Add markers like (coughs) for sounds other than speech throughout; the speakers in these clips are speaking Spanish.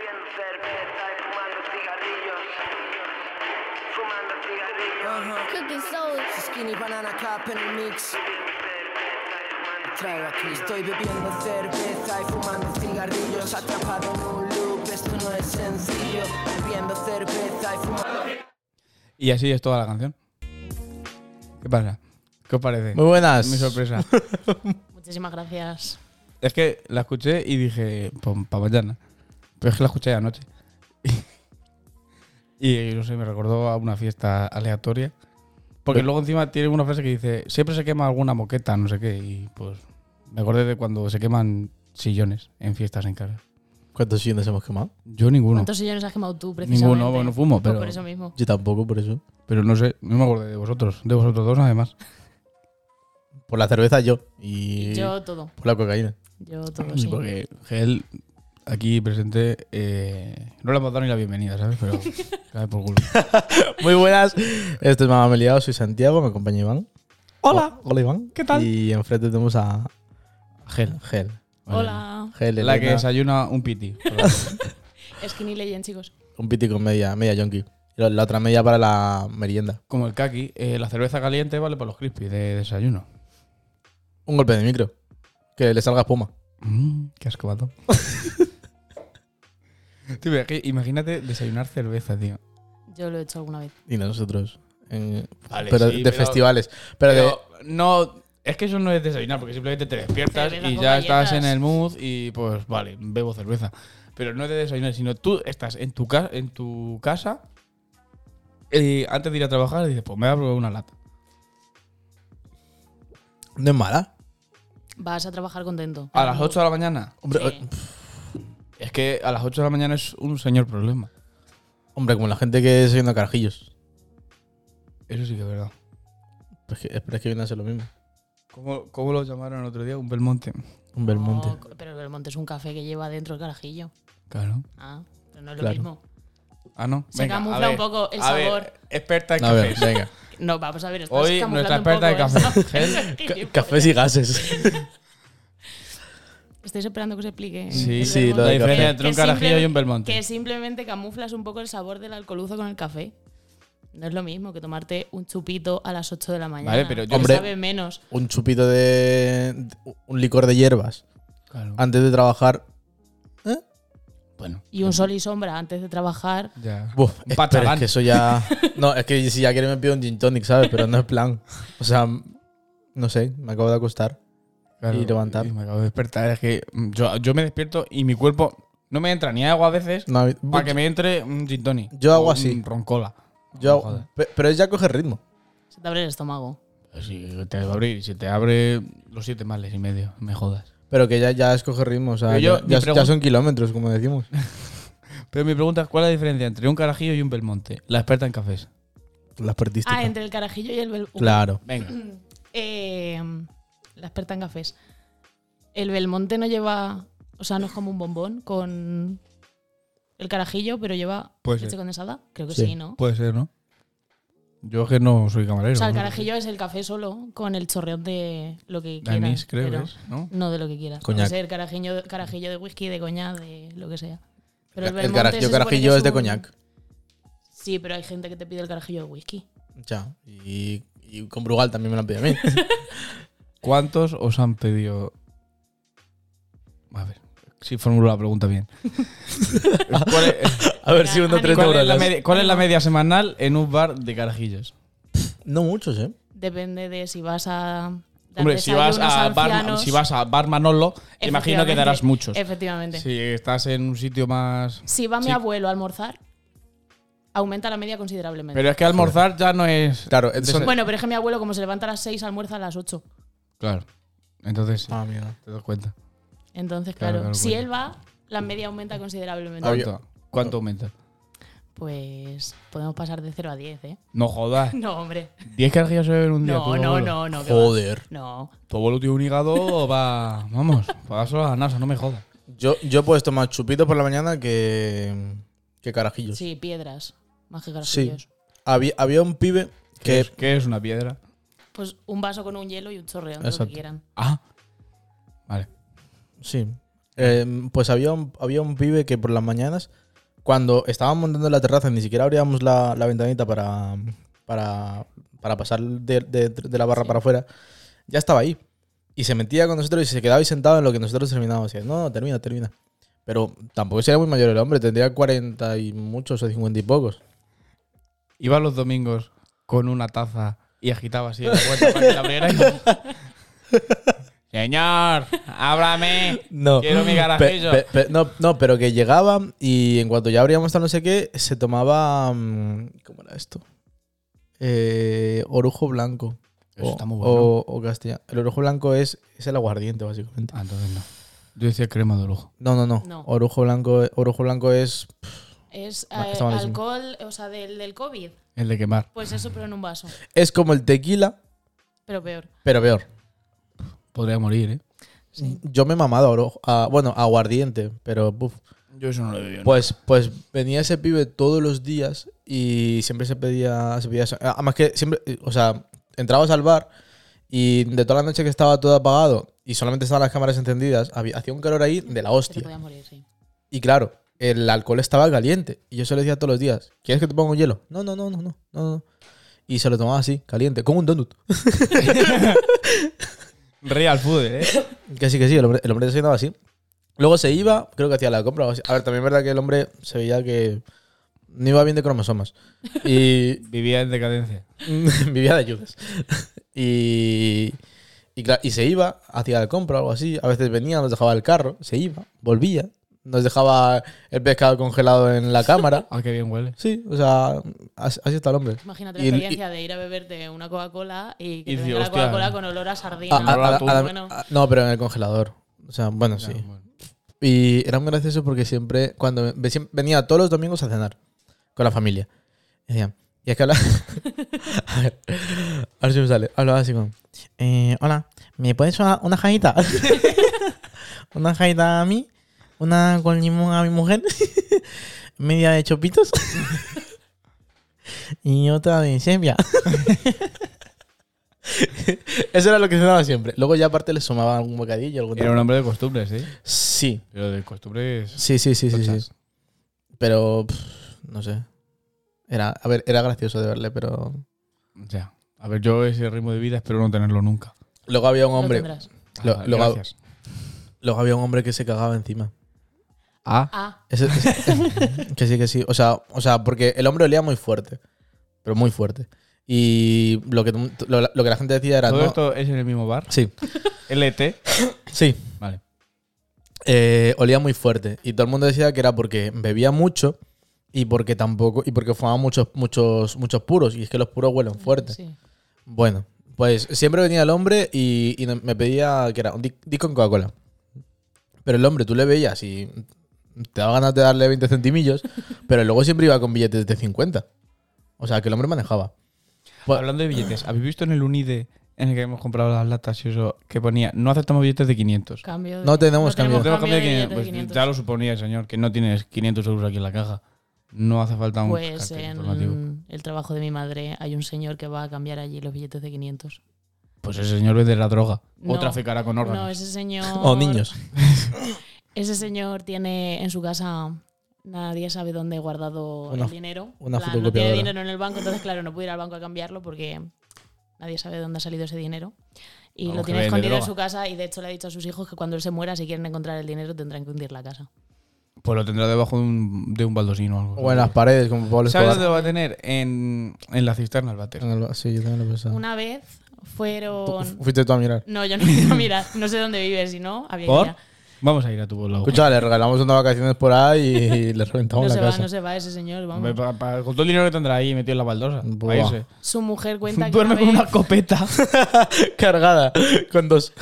cerveza y fumando cigarrillos. Fumando cigarrillos. Ajá. Cooking soul. Uh-huh. Skinny Banana Cup en el mix. Bebiendo cerveza y fumando Traigo aquí. cigarrillos. Estoy bebiendo cerveza y fumando cigarrillos. Atrapado en un loop, esto no es sencillo. Bebiendo cerveza y fumando. Y así es toda la canción. ¿Qué pasa? ¿Qué os parece? Muy buenas. Mi sorpresa. (laughs) Muchísimas gracias. es que la escuché y dije, para mañana. Pero es que la escuché anoche. (laughs) y no sé, me recordó a una fiesta aleatoria. Porque luego encima tiene una frase que dice, siempre se quema alguna moqueta, no sé qué. Y pues me acordé de cuando se queman sillones en fiestas en casa. ¿Cuántos sillones hemos quemado? Yo ninguno. ¿Cuántos sillones has quemado tú, precisamente? Ninguno, bueno, fumo, Pues pero... por eso mismo. Yo tampoco, por eso. Pero no sé, no me acordé de vosotros. De vosotros dos, además. Por la cerveza yo. Y Yo todo. por la cocaína. (laughs) Yo (clears throat) todo, sí. Porque Gel, aquí presente, eh, no le hemos dado ni la bienvenida, ¿sabes? (laughs) Pero cae por culo. Muy buenas. Esto es Mamá Me he Liado, soy Santiago, me acompaña Iván. Hola. Hola Iván. ¿Qué tal? Y enfrente tenemos a Gel. Gel. Hola. Gel, La Elena, que desayuna (laughs) un piti. Skinny Legend, chicos. un piti con media, media yonki. Y la- la otra media para la merienda. Como el kaki, eh, la cerveza caliente vale para los crispies de desayuno. Un golpe de micro. Que le salga espuma. Mm, qué asco, vato. (laughs) Tío, pero es que imagínate desayunar cerveza, tío. Yo lo he hecho alguna vez. Y nosotros. en- Vale, pero sí, de pero- festivales. Pero, de- Pero no, es que eso no es desayunar, porque simplemente te despiertas Cerveza y con ya estás en galletas. el mood y pues vale, bebo cerveza. Pero no es de desayunar, sino tú estás en tu, ca- en tu casa y antes de ir a trabajar dices, pues me voy a probar una lata. no es mala. Vas a trabajar contento. A las 8 de la mañana. Hombre, Sí. eh, pf, Es que a las 8 de la mañana es un señor problema. hombre, como la gente que es viendo carajillos. Eso sí que es verdad. Pues que, pero es que viene a ser lo mismo. ¿Cómo, cómo lo llamaron el otro día? Un Belmonte. No, Un Belmonte. Oh, co- pero el Belmonte es un café que lleva dentro el carajillo. Claro. Ah, pero no es lo Claro. mismo. Ah, no. Se Venga, a camufla un ver, poco el a ver, sabor. experta en A (laughs) ver, cafés. venga. No, vamos a ver. Estás Hoy camuflando nuestra un experta de poco café. esa- (laughs) Gel, esa Ca- gilipollas. cafés y gases. Estáis esperando que se explique. Sí, el sí, Belmonte. lo La de café. diferencia entre un Que carajillo simple- y un Belmonte. Que simplemente camuflas un poco el sabor del alcoholuzo con el café. No es lo mismo que tomarte un chupito a las 8 de la mañana. Vale, pero yo- Que Hombre. sabe menos. (laughs) un chupito de. de- Un licor de hierbas. Claro. Antes de trabajar. Bueno, Y un sol y sombra antes de trabajar. ya. Buf, Un es- pero patalán. es que eso ya. No, es que si ya quiere me pido un gin tonic, ¿sabes? Pero no es plan. O sea, no sé, me acabo de acostar. Claro, y levantar. y me acabo de despertar. Es que mm, yo, yo me despierto y mi cuerpo no me entra ni agua a veces No, para que me entre un gin tonic Yo hago o así. un roncola. yo hago- Joder. pues pe- pero es ya coger ritmo. Se te abre el estómago. Si te va a abrir, si te abre los siete males y medio, me jodas. Pero que ya, ya es coger ritmo. O sea, Pero yo- ya- mi ya, pregun- ya son kilómetros, como decimos. Pero mi pregunta es: ¿cuál es la diferencia entre un carajillo y un belmonte? La experta en cafés. Las partísticas. Ah, entre el carajillo y el bel... Claro. (clears throat) Venga. Eh, la experta en cafés. El Belmonte no lleva. O sea, no es como un bombón con el carajillo, pero lleva Puede leche ser. condensada. Creo que Sí. sí, ¿no? Puede ser, ¿no? Yo es que no soy camarero. O sea, el ¿no? carajillo es el café solo, con el chorreón de lo que De quieras. anís, creo que pero es, ¿no? No de lo que quieras. Coñac. Puede ser carajillo, carajillo de whisky, de coñac, de lo que sea. Pero el Belmonte se carajillo, supone que carajillo es de un- coñac. Sí, pero hay gente que te pide el carajillo de whisky. Ya. Y, y con Brugal también me lo han pedido a mí. ¿Cuántos os han pedido? A ver, si formulo la (laughs) pregunta bien. ¿Cuál es, A ver si uno Ani- tres cuál es neuronas. la media, cuál es la media semanal en un bar de carajillos? No muchos, ¿eh? Depende de si vas a. dar Hombre, si vas, desayunos a bar, ancianos. si vas a Bar Manolo, imagino que Efectivamente, darás muchos. Efectivamente. Si estás en un sitio más... Si va mi Sí. abuelo a almorzar, aumenta la media considerablemente. Pero eh, es que almorzar ya no es... Claro, son- bueno, pero es que mi abuelo, como se levanta a las 6, almuerza a las 8. Claro. Entonces, sí, Ah, mira. te das cuenta. Entonces, Claro, claro, claro, si coño. él va, la media aumenta considerablemente. Había- ¿Cuánto, cuánto aumenta? Pues podemos pasar de 0 a 10, ¿eh? No jodas. No, hombre. 10 carajillos se beben un día. Pues No, tu no, abuelo. no, no. que va. pues Joder. No. Tu abuelo tiene un hígado, va... Vamos, (laughs) va solo a la NASA, no me jodas. Yo, yo he puesto más chupitos por la mañana que, que carajillos. Sí, piedras. Más que Sí. carajillos. Había, había un pibe ¿Qué, que. es, qué es una piedra? Pues un vaso con un hielo y un chorreón, de lo Exacto. que quieran. Ah. Vale. Em, Sí. Eh, pues había un, había un pibe que por las mañanas cuando estábamos montando la terraza, ni siquiera abríamos la, la ventanita para, para, para pasar de, de- de la barra para afuera, ya estaba ahí. Y se metía con nosotros y se quedaba ahí sentado en lo que nosotros terminábamos. Y, no, no, termina, termina. Pero tampoco sería muy mayor el hombre, tendría 40 y muchos o 50 y pocos. Iba los domingos con una taza y agitaba así la puerta para que la abriera (laughs) y como, Señor, ábrame. No. Quiero mi garajillo. Pe- pe- pe- no, no, pero que llegaba y en cuanto ya abríamos hasta no sé qué, se tomaba. mm, ¿Cómo era esto? Eh, orujo blanco. Eso o, está muy bueno. O, o castellano. El orujo blanco es, es el aguardiente, básicamente. Ah, entonces no. Yo decía crema de orujo. No, no, no. No. Orujo, blanco, orujo blanco es. Es Ah, eh, está malísimo. alcohol, o sea, del, del COVID. El de quemar. Pues eso, pero en un vaso. Es como el tequila, Pero peor. pero peor. Podría morir, ¿eh? Yo me he mamado a orujo. a- bueno, a aguardiente, pero. buf. Yo eso no lo he vivido. Pues, pues venía ese pibe todos los días y siempre se pedía, se pedía eso. Además que siempre, eh, o sea, entrabas al bar y de toda la noche que estaba todo apagado y solamente estaban las cámaras encendidas, había- hacía un calor ahí de la Se te podía hostia. morir, sí. Y claro, el alcohol estaba caliente. Y yo se lo decía todos los días, ¿quieres que te ponga un hielo? No, no, no, no, no, no. no. Y se lo tomaba así, caliente, como un donut. (laughs) Real food, ¿eh? Vivía en decadencia. (laughs) vivía de ayudas. y, y, cla- y se iba, hacía la compra o algo así. A veces venía, nos dejaba el carro, se iba, volvía. Nos dejaba el pescado congelado en (laughs) la cámara. Ah, qué bien huele. Sí, o sea, as- así está el hombre. Imagínate Y la el- experiencia de ir a beberte una Coca-Cola y que Y te decir, venga la hostia. Coca-Cola con olor a y- sardina. a- a- a- a- bueno, a- no, pero en el congelador. O sea, bueno, sí. Claro, bueno. Y era muy gracioso porque siempre, cuando ve- siem- venía todos los domingos a cenar con la familia. Y decía, y es que hablaba. (laughs) a ver, a ver si me sale. Hablaba así como: eh, Hola, ¿me puedes una, una jajita? (laughs) una jajita a mí, una con limón a mi mujer, (laughs) media de chopitos (laughs) y otra de sempia. (laughs) Eso era lo que cenaba siempre. Luego ya aparte le sumaba algún bocadillo, algún Era un hombre de costumbres, ¿sí? Sí, Pero de costumbres. Sí, sí, sí, sí, sí. tochas. Pero pff, no sé. Era, a ver, era gracioso de verle, pero. Ya. A ver, yo ese ritmo de vida espero no tenerlo nunca. Luego había un lo hombre. tendrás. Lo- Ah, lo- gracias. Luego había un hombre que se cagaba encima. Ah, Ah, Ese- ese- (laughs) que sí, que sí. O sea, o sea, porque el hombre olía muy fuerte. Pero muy fuerte. Y lo que, lo, lo que la gente decía era. todo "No". esto es en el mismo bar. Sí, LT. sí. Vale. Eh, olía muy fuerte. Y todo el mundo decía que era porque bebía mucho y porque tampoco. Y porque fumaba muchos, muchos, muchos puros. Y es que los puros huelen fuerte. sí. Bueno, pues siempre venía el hombre y, y me pedía que era un di di con Coca-Cola. Pero el hombre, tú le veías y te daba ganas de darle 20 (laughs) centimillos, pero luego siempre iba con billetes de 50. O sea, que el hombre manejaba. Pues- Hablando de billetes, ¿habéis visto en el Unide en el que hemos comprado las latas y eso que ponía no aceptamos billetes de 500? Cambio de- No tenemos cambio. No tenemos cambio de cambio de billetes de 500. Pues 500. ya lo suponía, señor, que no tienes 500 euros aquí en la caja. No hace falta un Pues cartel informativo. en el trabajo de mi madre hay un señor que va a cambiar allí los billetes de 500. Pues ese señor vende la droga. O No. traficará con órganos. No, ese señor. (laughs) O niños. Ese señor tiene en su casa. Nadie sabe dónde guardado Una- el dinero. En una plan, no fotocopiadora. tiene dinero en el banco, entonces, claro, no puede ir al banco a cambiarlo porque nadie sabe de dónde ha salido ese dinero. Y Vamos, lo que tiene vende escondido en droga. su casa. Y de hecho, le ha dicho a sus hijos que cuando él se muera, si quieren encontrar el dinero, tendrán que hundir la casa. Pues lo tendrá debajo de un, de un baldosino o algo. O en las paredes, como Pablo ¿Sabes Escobar. dónde lo va a tener? En, en la cisterna, el váter. En el- Sí, yo también lo pensaba. Una vez Tú- fueron. Fuiste tú a mirar. No, yo no (laughs) he ido a mirar. No sé dónde vive, si no, había que ¿Por? ir a- Vamos a ir a tu pueblo. Escucha, le regalamos unas vacaciones por ahí y le reventamos No la se va, casa. (laughs) no se va ese señor, vamos. Hombre, pa- pa- con todo el dinero que tendrá ahí metido en la baldosa. pa' Buah. irse. Su mujer cuenta que Duerme una con vez- una (laughs) escopeta. Cargada, con dos.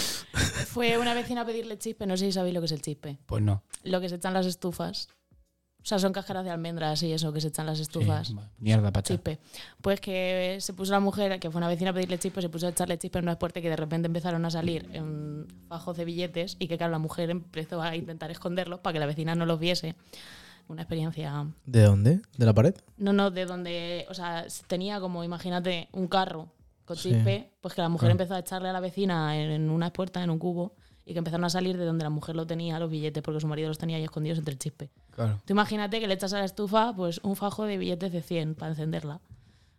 fue una vecina a pedirle chispe. No sé si sabéis lo que es el chispe. pues no. Lo que se echan las estufas. O sea, son cáscaras de almendras y eso que se echan las Sí, estufas. Eh, mierda, pacha. Chispe. Pues que se puso la mujer, que fue una vecina a pedirle chispe, se puso a echarle chispe en una puerta que de repente empezaron a salir en fajos de billetes y que, claro, la mujer empezó a intentar esconderlos para que la vecina no los viese. Una experiencia ¿De dónde? ¿De la pared? No, no, de donde, o sea, s- tenía como, imagínate, un carro con Sí. chispe, pues que la mujer empezó a echarle a la vecina en, en una puerta, en un cubo, y que empezaron a salir de donde la mujer lo tenía, los billetes, porque su marido los tenía ahí escondidos entre el chispe. Claro. Tú imagínate que le echas a la estufa pues un fajo de billetes de 100 para encenderla.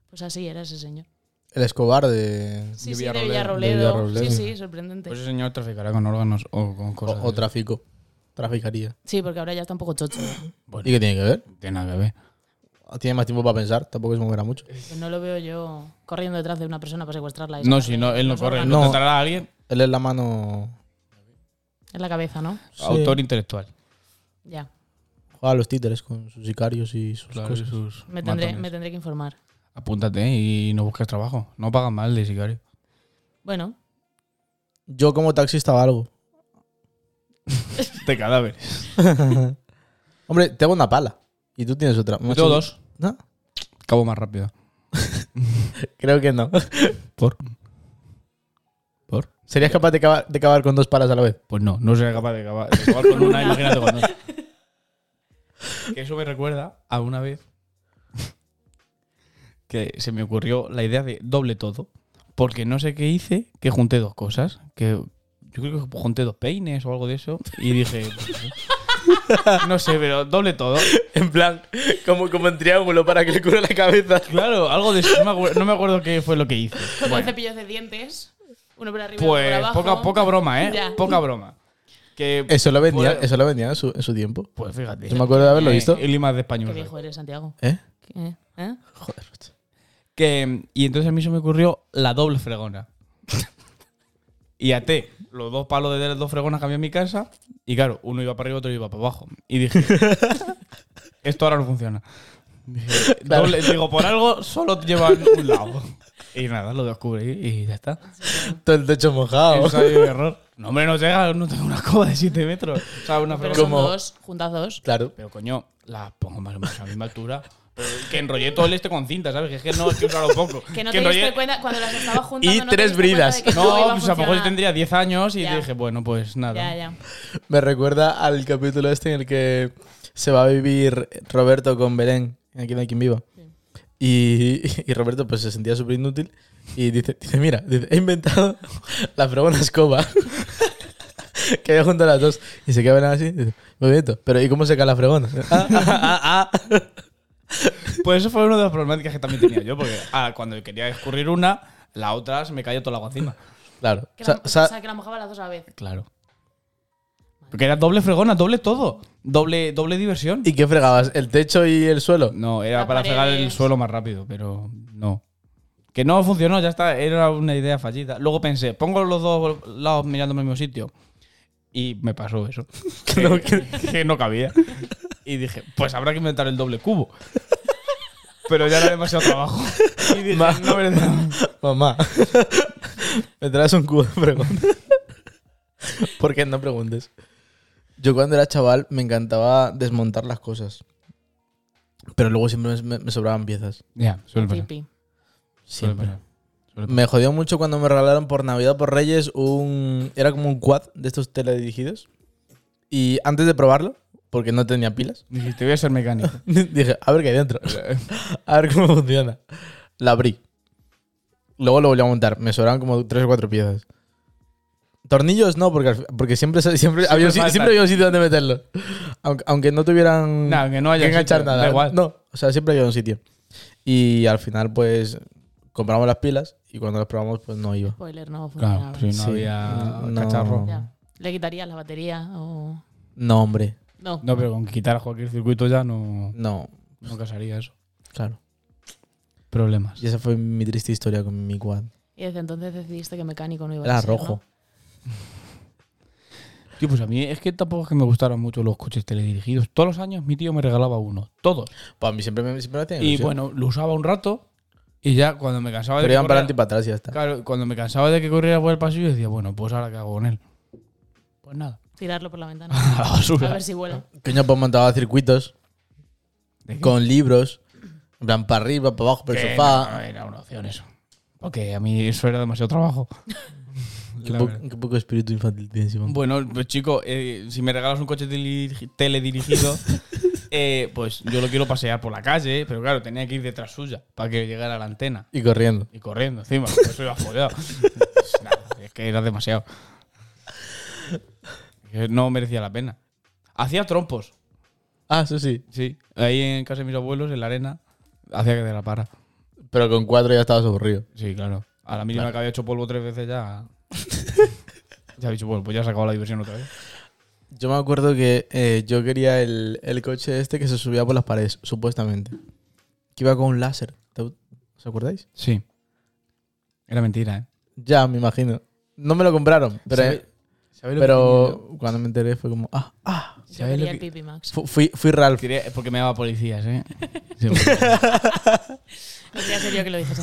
Pues así era ese señor. El Escobar de. Sí, De sí, Villarrobledo. de De Villarrobledo. Sí, Villarrobledo. sí, sorprendente. Pues ese señor traficará con órganos o con cosas. O, o tráfico. Traficaría. Sí, porque ahora ya está un poco chocho. Bueno. ¿Y qué tiene que ver? Tiene nada que ver. Tiene más tiempo para pensar, tampoco se moverá mucho. Pues no lo veo yo corriendo detrás de una persona para secuestrarla. y No, sacarle si no, él no los corre. órganos No No. tratará a alguien. Él es la mano. En la cabeza, ¿no? Autor intelectual. Ya. Juega a los títeres con sus sicarios y sus Claro, cosas. sus Me tendré, matones. me tendré que informar. Apúntate ¿eh? y no busques trabajo. No pagan mal de sicario. Bueno, Yo como taxista valgo. (laughs) De cadáveres. Hombre, tengo una pala. Y tú tienes otra. Yo tengo dos. ¿No? Cabo más rápido. Creo que no. (laughs) ¿Por? ¿Por? ¿Serías capaz de cavar, de cavar con dos palas a la vez? Pues no, no sería capaz de acabar, de acabar con una, imagínate con dos. (laughs) Que eso me recuerda a una vez que se me ocurrió la idea de doble todo, porque no sé qué hice, que junté dos cosas, que yo creo que junté dos peines o algo de eso, y dije, (laughs) no sé, pero doble todo. En plan, como, como en triángulo para que le cubra la cabeza. Claro, algo de eso, no me acuer- no me acuerdo qué fue lo que hice. con Bueno. cepillos de dientes, uno por arriba y otro por Pues abajo. poca, poca broma, ¿eh? Ya. Poca broma. Que, Eso lo vendían, Pues- eso lo vendían en, su, en su tiempo. pues fíjate. Yo me acuerdo de haberlo Eh, visto. El IMAX de español. Qué viejo eres, Santiago. ¿Eh? ¿Qué? ¿Eh? Joder, macho. Que, y entonces a mí se me ocurrió la doble fregona. (laughs) y até los dos palos de las dos fregonas que había en mi casa. Y claro, uno iba para arriba, otro iba para abajo. Y (laughs) dije, esto ahora no funciona. Dije, Claro. doble- digo, por algo solo lleva un lado. Y nada, lo descubrí y ya está. Todo el techo mojado. Eso ha sido un error. (laughs) No, hombre, no llega, no tengo una escoba de 7 metros. O sea, una Pero fregona. son Como- dos, juntas dos. (laughs) Claro. Pero coño, las pongo más o menos a la misma altura. Pero que enrollé todo el este con cinta, ¿sabes? Que es que no, que usarlo poco. Que no Que te enrollé- diste cuenta cuando las (laughs) estaba juntando. Y no te tres diste cuenta bridas. de que No, iba pues a lo mejor yo funcionar. tendría 10 años y Ya. dije, bueno, pues nada. Ya, ya. Me recuerda al capítulo este en el que se va a vivir Roberto con Belén, en Aquí no hay quien viva. Y, y (laughs) Roberto pues se sentía súper inútil y dice, dice, mira, dice, he inventado la fregona escoba (laughs) que había junto a las dos. Y se queda Belén así, dice, muy bonito, pero ¿y cómo seca la fregona? Ah, ah, ah, ah. (laughs) Pues eso fue una de las problemáticas que también tenía yo, porque ah, cuando quería escurrir una, la otra se me caía todo el agua encima. Claro. Que O sea, la- o sea, o sea, que la mojaba las dos a la vez. Claro. Porque era doble fregona, doble todo. Doble, doble diversión. ¿Y qué fregabas? ¿El techo y el suelo? No, era Las para fregar el paredes. suelo más rápido, pero no. Que no funcionó, ya está, era una idea fallida. Luego pensé, pongo los dos lados mirando al mismo sitio. Y me pasó (laughs) eso. que, no, que no cabía. Y dije, pues habrá que inventar el doble cubo. Pero ya era demasiado trabajo. Y dije, Ma- no merece la pena. Mamá, (laughs) me traes un cubo de preguntas. (laughs) ¿Por qué no preguntes? Yo cuando era chaval me encantaba desmontar las cosas. Pero luego siempre me, me sobraban piezas. Ya, suele pasar. Tipi. suele Siempre. pasar. Suele pasar. Me jodió mucho cuando me regalaron por Navidad, por Reyes, un... Era como un quad de estos teledirigidos. Y antes de probarlo, porque no tenía pilas, Dijiste, voy a ser mecánico. (laughs) Dije, a ver qué hay dentro. (laughs) A ver cómo funciona. La abrí. Luego lo volví a montar. Me sobraban como tres o cuatro piezas. Tornillos no, porque, al fi- porque siempre, siempre, había, un si- faltan. siempre había un sitio donde meterlo. Aunque, aunque no tuvieran Nah, que no haya Mm, que enganchar sitio, nada. da igual. No, o sea, siempre había un sitio. Y al final, pues, compramos las pilas y cuando las probamos, pues no iba. Spoiler, no funcionaba. Claro, si no Sí, había no. cacharro. Ya. ¿Le quitarías la batería o...? No, hombre. No. No, pero con quitar cualquier circuito ya no, No, no casaría eso. claro. Problemas. Y esa fue mi triste historia con mi quad. Y desde entonces decidiste que mecánico no iba Era a ser, ¿no? rojo. Tío, pues a mí es que tampoco es que me gustaran mucho los coches teledirigidos. Todos los años mi tío me regalaba uno, todos. Pues a mí siempre me, siempre me hacía Y ilusión. bueno, lo usaba un rato y ya cuando me cansaba de Pero que iban para adelante y corriera- para atrás y ya está. claro, cuando me cansaba de que corriera por el pasillo decía, bueno, pues ahora qué hago con él. Pues nada, (laughs) Tirarlo por la ventana. (laughs) a la A basura. ver si vuela. Coño, pues montaba circuitos ¿De qué? con libros. En plan, para arriba, para abajo, para el Que no, sofá. no era una opción eso. Porque a mí eso era demasiado trabajo. Qué, La po- verdad. qué poco espíritu infantil tienes, Iván. (laughs) Bueno, pues chico, eh, si me regalas un coche teli- teledirigido, (laughs) eh, pues yo lo quiero pasear por la calle, pero claro, tenía que ir detrás suya para que llegara a la antena. Y corriendo. Y corriendo encima, porque eso iba follado. Pues nada, es que era demasiado. que no merecía la pena. Hacía trompos, Ah, eso sí. sí. Ahí en casa de mis abuelos, en la arena, hacía que te la para. Pero con cuatro ya estabas aburrido. Sí, claro. A la mínima que había hecho polvo tres veces ya. ya había dicho, bueno, pues ya se acabó la diversión otra vez. Yo me acuerdo que eh, yo quería el, el coche este que se subía por las paredes, supuestamente. Que iba con un láser. ¿Te- ¿Os acordáis? Sí. Era mentira, ¿eh? Ya, me imagino. No me lo compraron, pero, eh, ¿Sabe- pero cuando me enteré fue como, ah, ah. Yo quería el Pipi Max. Fu- Fui, fui Ralph. Tiré- es porque me daba policías, ¿eh? Seguro. No quería ser yo que lo dijese.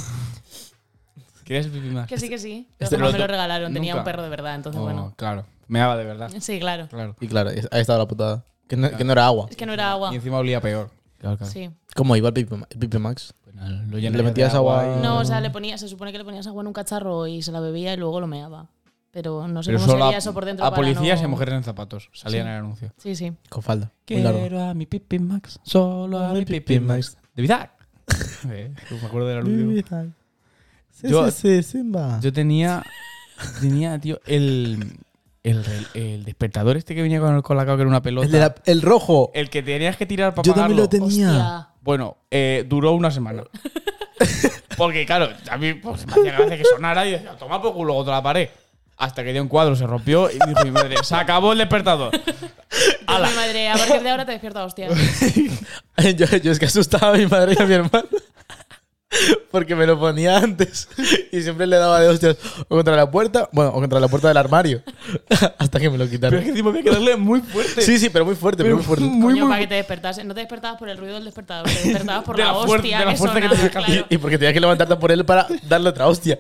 ¿Querías el pipí más? Que sí, que sí. Pero Este jamás lo me lo to- regalaron. Tenía nunca. un perro de verdad, entonces Oh, bueno. Claro, me daba de verdad. Sí, claro. Claro. Y claro, ahí estaba la putada. Que no, que no era agua. Es que no era agua. Y encima olía peor. Claro, claro. Sí. ¿Cómo iba el Pipe, Ma- el Pipe Max? Pues nada, lo Le metías Ah. agua- No, o sea, le ponía, se supone que le ponías agua en un cacharro y se la bebía y luego lo meaba. Pero no sé Pero cómo solo sería a, eso por dentro. a para policías no- y a mujeres en zapatos. Salían en el anuncio. Sí, sí. Con falda. Muy largo. a mi Pipi Max, solo a mi Pipi Max. ¡De vida! (laughs) Eh, me acuerdo del anuncio. Yo- sí, Simba. Yo tenía, tenía tío, el, el, re- el despertador este que venía con el colacao, que era una pelota. el, de la- el rojo. El que tenías que tirar para Yo apagarlo. también lo tenía. Hostia. Bueno, eh, duró una (laughs) semana. Porque, claro, a mí pues, me hacía gracia que sonara y decía, toma por culo contra la pared. Hasta que dio un cuadro, se rompió y dijo mi madre, se acabó el despertador. Dios, mi madre, a partir de ahora te despierto a hostias. (laughs) Yo, yo es que asustaba a mi madre y a mi hermano. Porque me lo ponía antes. Y siempre le daba de hostias. O contra la puerta. Bueno, o contra la puerta del armario. (laughs) Hasta que me lo Pero es (laughs) quitaron. que encima había que darle muy fuerte. Sí, sí, pero muy fuerte, pero muy fuerte. Muy, Coño, muy- para que te despertases. No te despertabas por el ruido del despertador, te despertabas por De la, la fuer- hostia de la que fuerza que te sonaba, sacaba. claro. Y, y porque tenía que levantarte por él para darle otra hostia.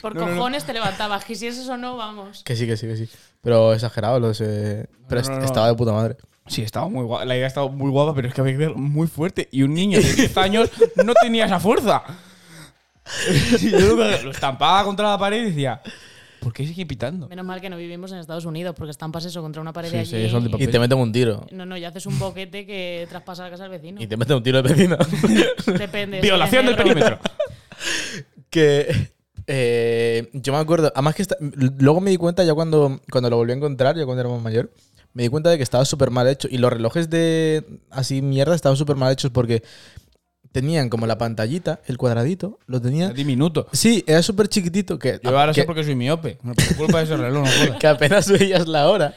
Por cojones te levantabas. Que si es eso no, vamos. Que sí, que sí, que sí. Pero exagerado lo sé. Pero No, no, est- no. estaba de puta madre. Sí, estaba muy guapa. La idea estaba muy guapa, pero es que había que dar muy fuerte. Y un niño de 10 años no tenía esa (laughs) fuerza. Y yo lo, lo estampaba contra la pared y decía, ¿por qué sigue pitando? Menos mal que no vivimos en Estados Unidos, porque estampas eso contra una pared Sí, de allí. sí, son de Y te meten un tiro. No, no, ya haces un boquete que traspasa la casa del vecino. Y te meten un tiro de (laughs) vecino. Depende. si Violación eres del negro. perímetro. que eh, yo me acuerdo, además que esta- luego me di cuenta ya cuando, cuando lo volví a encontrar, ya cuando era más mayor, me di cuenta de que estaba súper mal hecho y los relojes de así mierda estaban súper mal hechos porque tenían como la pantallita, el cuadradito, lo tenían... Diminuto. Sí, era súper chiquitito que, Yo ahora sé que, por qué soy miope. No, Por culpa de ese reloj, no jodas. (laughs) que apenas veías la hora.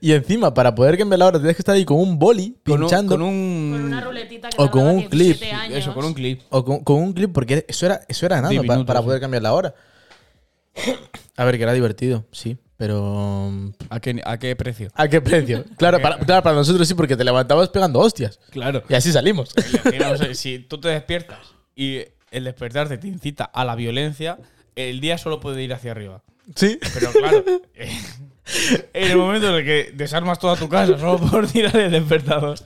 Y encima, para poder cambiar la hora, tienes que estar ahí con un boli Con un- pinchando. Con un, Con una ruletita que O con tardaba un clip. 17 años. Eso, con un clip. O con, con un clip, porque eso era, eso era nada De pa- para, minutos, sí. poder cambiar la hora. A ver, que era divertido, sí, pero. mm, ¿A qué, a qué precio? ¿A qué precio? Claro para, claro, para nosotros sí, porque te levantabas pegando hostias. Claro. Y (laughs) así salimos. si tú te despiertas y el despertarte te incita a la violencia, el día solo puede ir hacia arriba. Sí. Pero claro, (laughs) eh, en el momento en el que desarmas toda tu casa solo por tirar el despertador,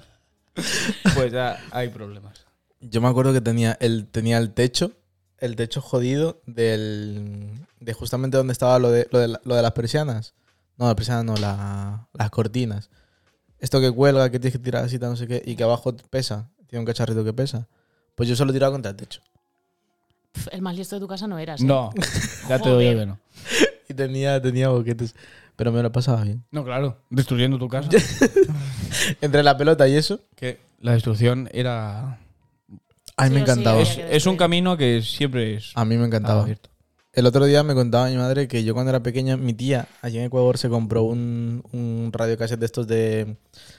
pues ya hay problemas. Yo me acuerdo que tenía el, tenía el techo, el techo jodido del, de justamente donde estaba lo de, lo de, la- lo de las persianas. No, las persianas no, la- las cortinas. Esto que cuelga, que tienes que tirar así, tal, no sé qué, y que abajo pesa. Tiene un cacharrito que pesa. Pues yo solo tiraba contra el techo. Pf, El más listo de tu casa no eras. ¿eh? No, ya te doy Joder. que no. Y tenía, tenía boquetes. Pero me lo pasaba bien. No, claro, destruyendo tu casa. Entre la pelota y eso. que la destrucción era. A mí Sí me o sí, encantaba. había Es, que es un destruir. camino que siempre es A mí me encantaba. abierto. El otro día me contaba mi madre que yo cuando era pequeña, mi tía allí en Ecuador se compró un, un radiocassette de estos de,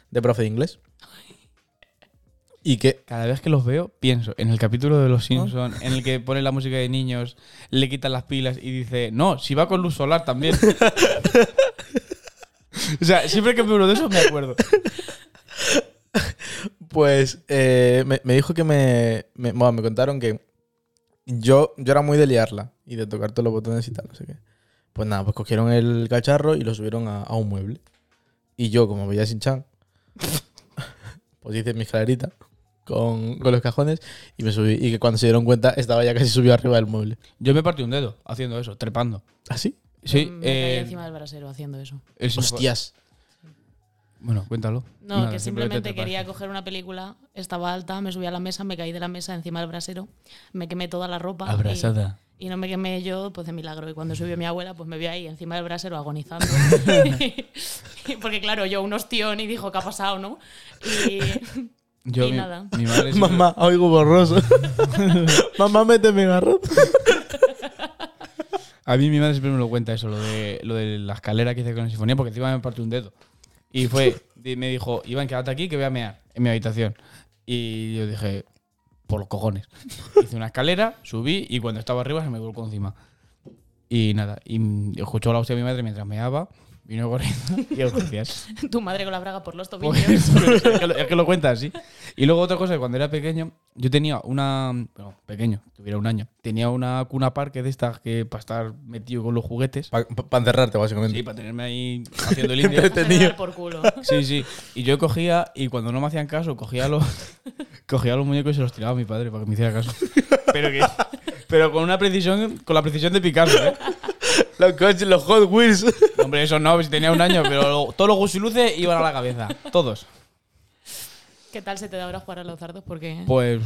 de profe de inglés. Y que... Cada vez que los veo, pienso en el capítulo de Los Simpsons, en el que pone la música de niños, le quitan las pilas y dice, no, si va con luz solar también. (laughs) o sea, siempre que veo uno de esos me acuerdo. Pues eh, me, me dijo que me... me- bueno, me contaron que yo, yo era muy de liarla y de tocar todos los botones y tal, no sé qué. Pues nada, pues cogieron el cacharro y lo subieron a, a un mueble. Y yo, como veía sin chan, (laughs) pues hice mi escalerita con, con los cajones y me subí. Y que cuando se dieron cuenta estaba ya casi subido arriba del mueble. ¿Ah, Yo me partí un dedo haciendo eso, trepando. ¿Así? Sí, Mm, Me caí eh, encima del brasero haciendo eso. el sinfo- Hostias. Bueno, cuéntalo. No, Nada, que simplemente trepar. quería coger una película, estaba alta, me subí a la mesa, me caí de la mesa encima del brasero, me quemé toda la ropa. y- Abrazada. Y no me quemé yo, pues de milagro. Y cuando subió mi abuela, pues me vio ahí encima del brasero agonizando. (laughs) (laughs) Porque claro, yo un ostión y dijo, ¿qué ha pasado, no? Y (laughs) Yo, Y mi, nada. mi madre siempre- Mamá, oigo (laughs) borroso. Mamá, méteme en garrote. A mí mi madre siempre me lo cuenta eso, lo de, lo de la escalera que hice con la sinfonía, porque encima me partió un dedo. Y fue, y me dijo, Iván, quédate aquí que voy a mear en mi habitación. Y yo dije, por los cojones. Hice una escalera, subí y cuando estaba arriba se me volcó encima. Y nada, y mm, escuchó la hostia de mi madre mientras meaba, vino corriendo (laughs) y gracias. tu madre con la braga por los tobillos. Pues, es, que lo, es que lo cuenta así. Y luego otra cosa, cuando era pequeño, yo tenía una... Bueno, pequeño, tuviera un año. Tenía una cuna parque de estas que para estar metido con los juguetes. Para encerrarte, básicamente. Sí, para tenerme ahí haciendo el indio. Vas a Entretenido. quedar por culo. Sí, sí. Y yo cogía, y cuando no me hacían caso, cogía los, cogía los muñecos y se los tiraba a mi padre para que me hiciera caso. Pero, que, pero con una precisión, con la precisión de Picasso, ¿eh? Los coches, los Hot Wheels. No, Hombre, eso no, si tenía un año, pero lo- todos los gusiluces iban a la cabeza. Todos. ¿Qué tal se te da ahora jugar a los dardos? Porque Pues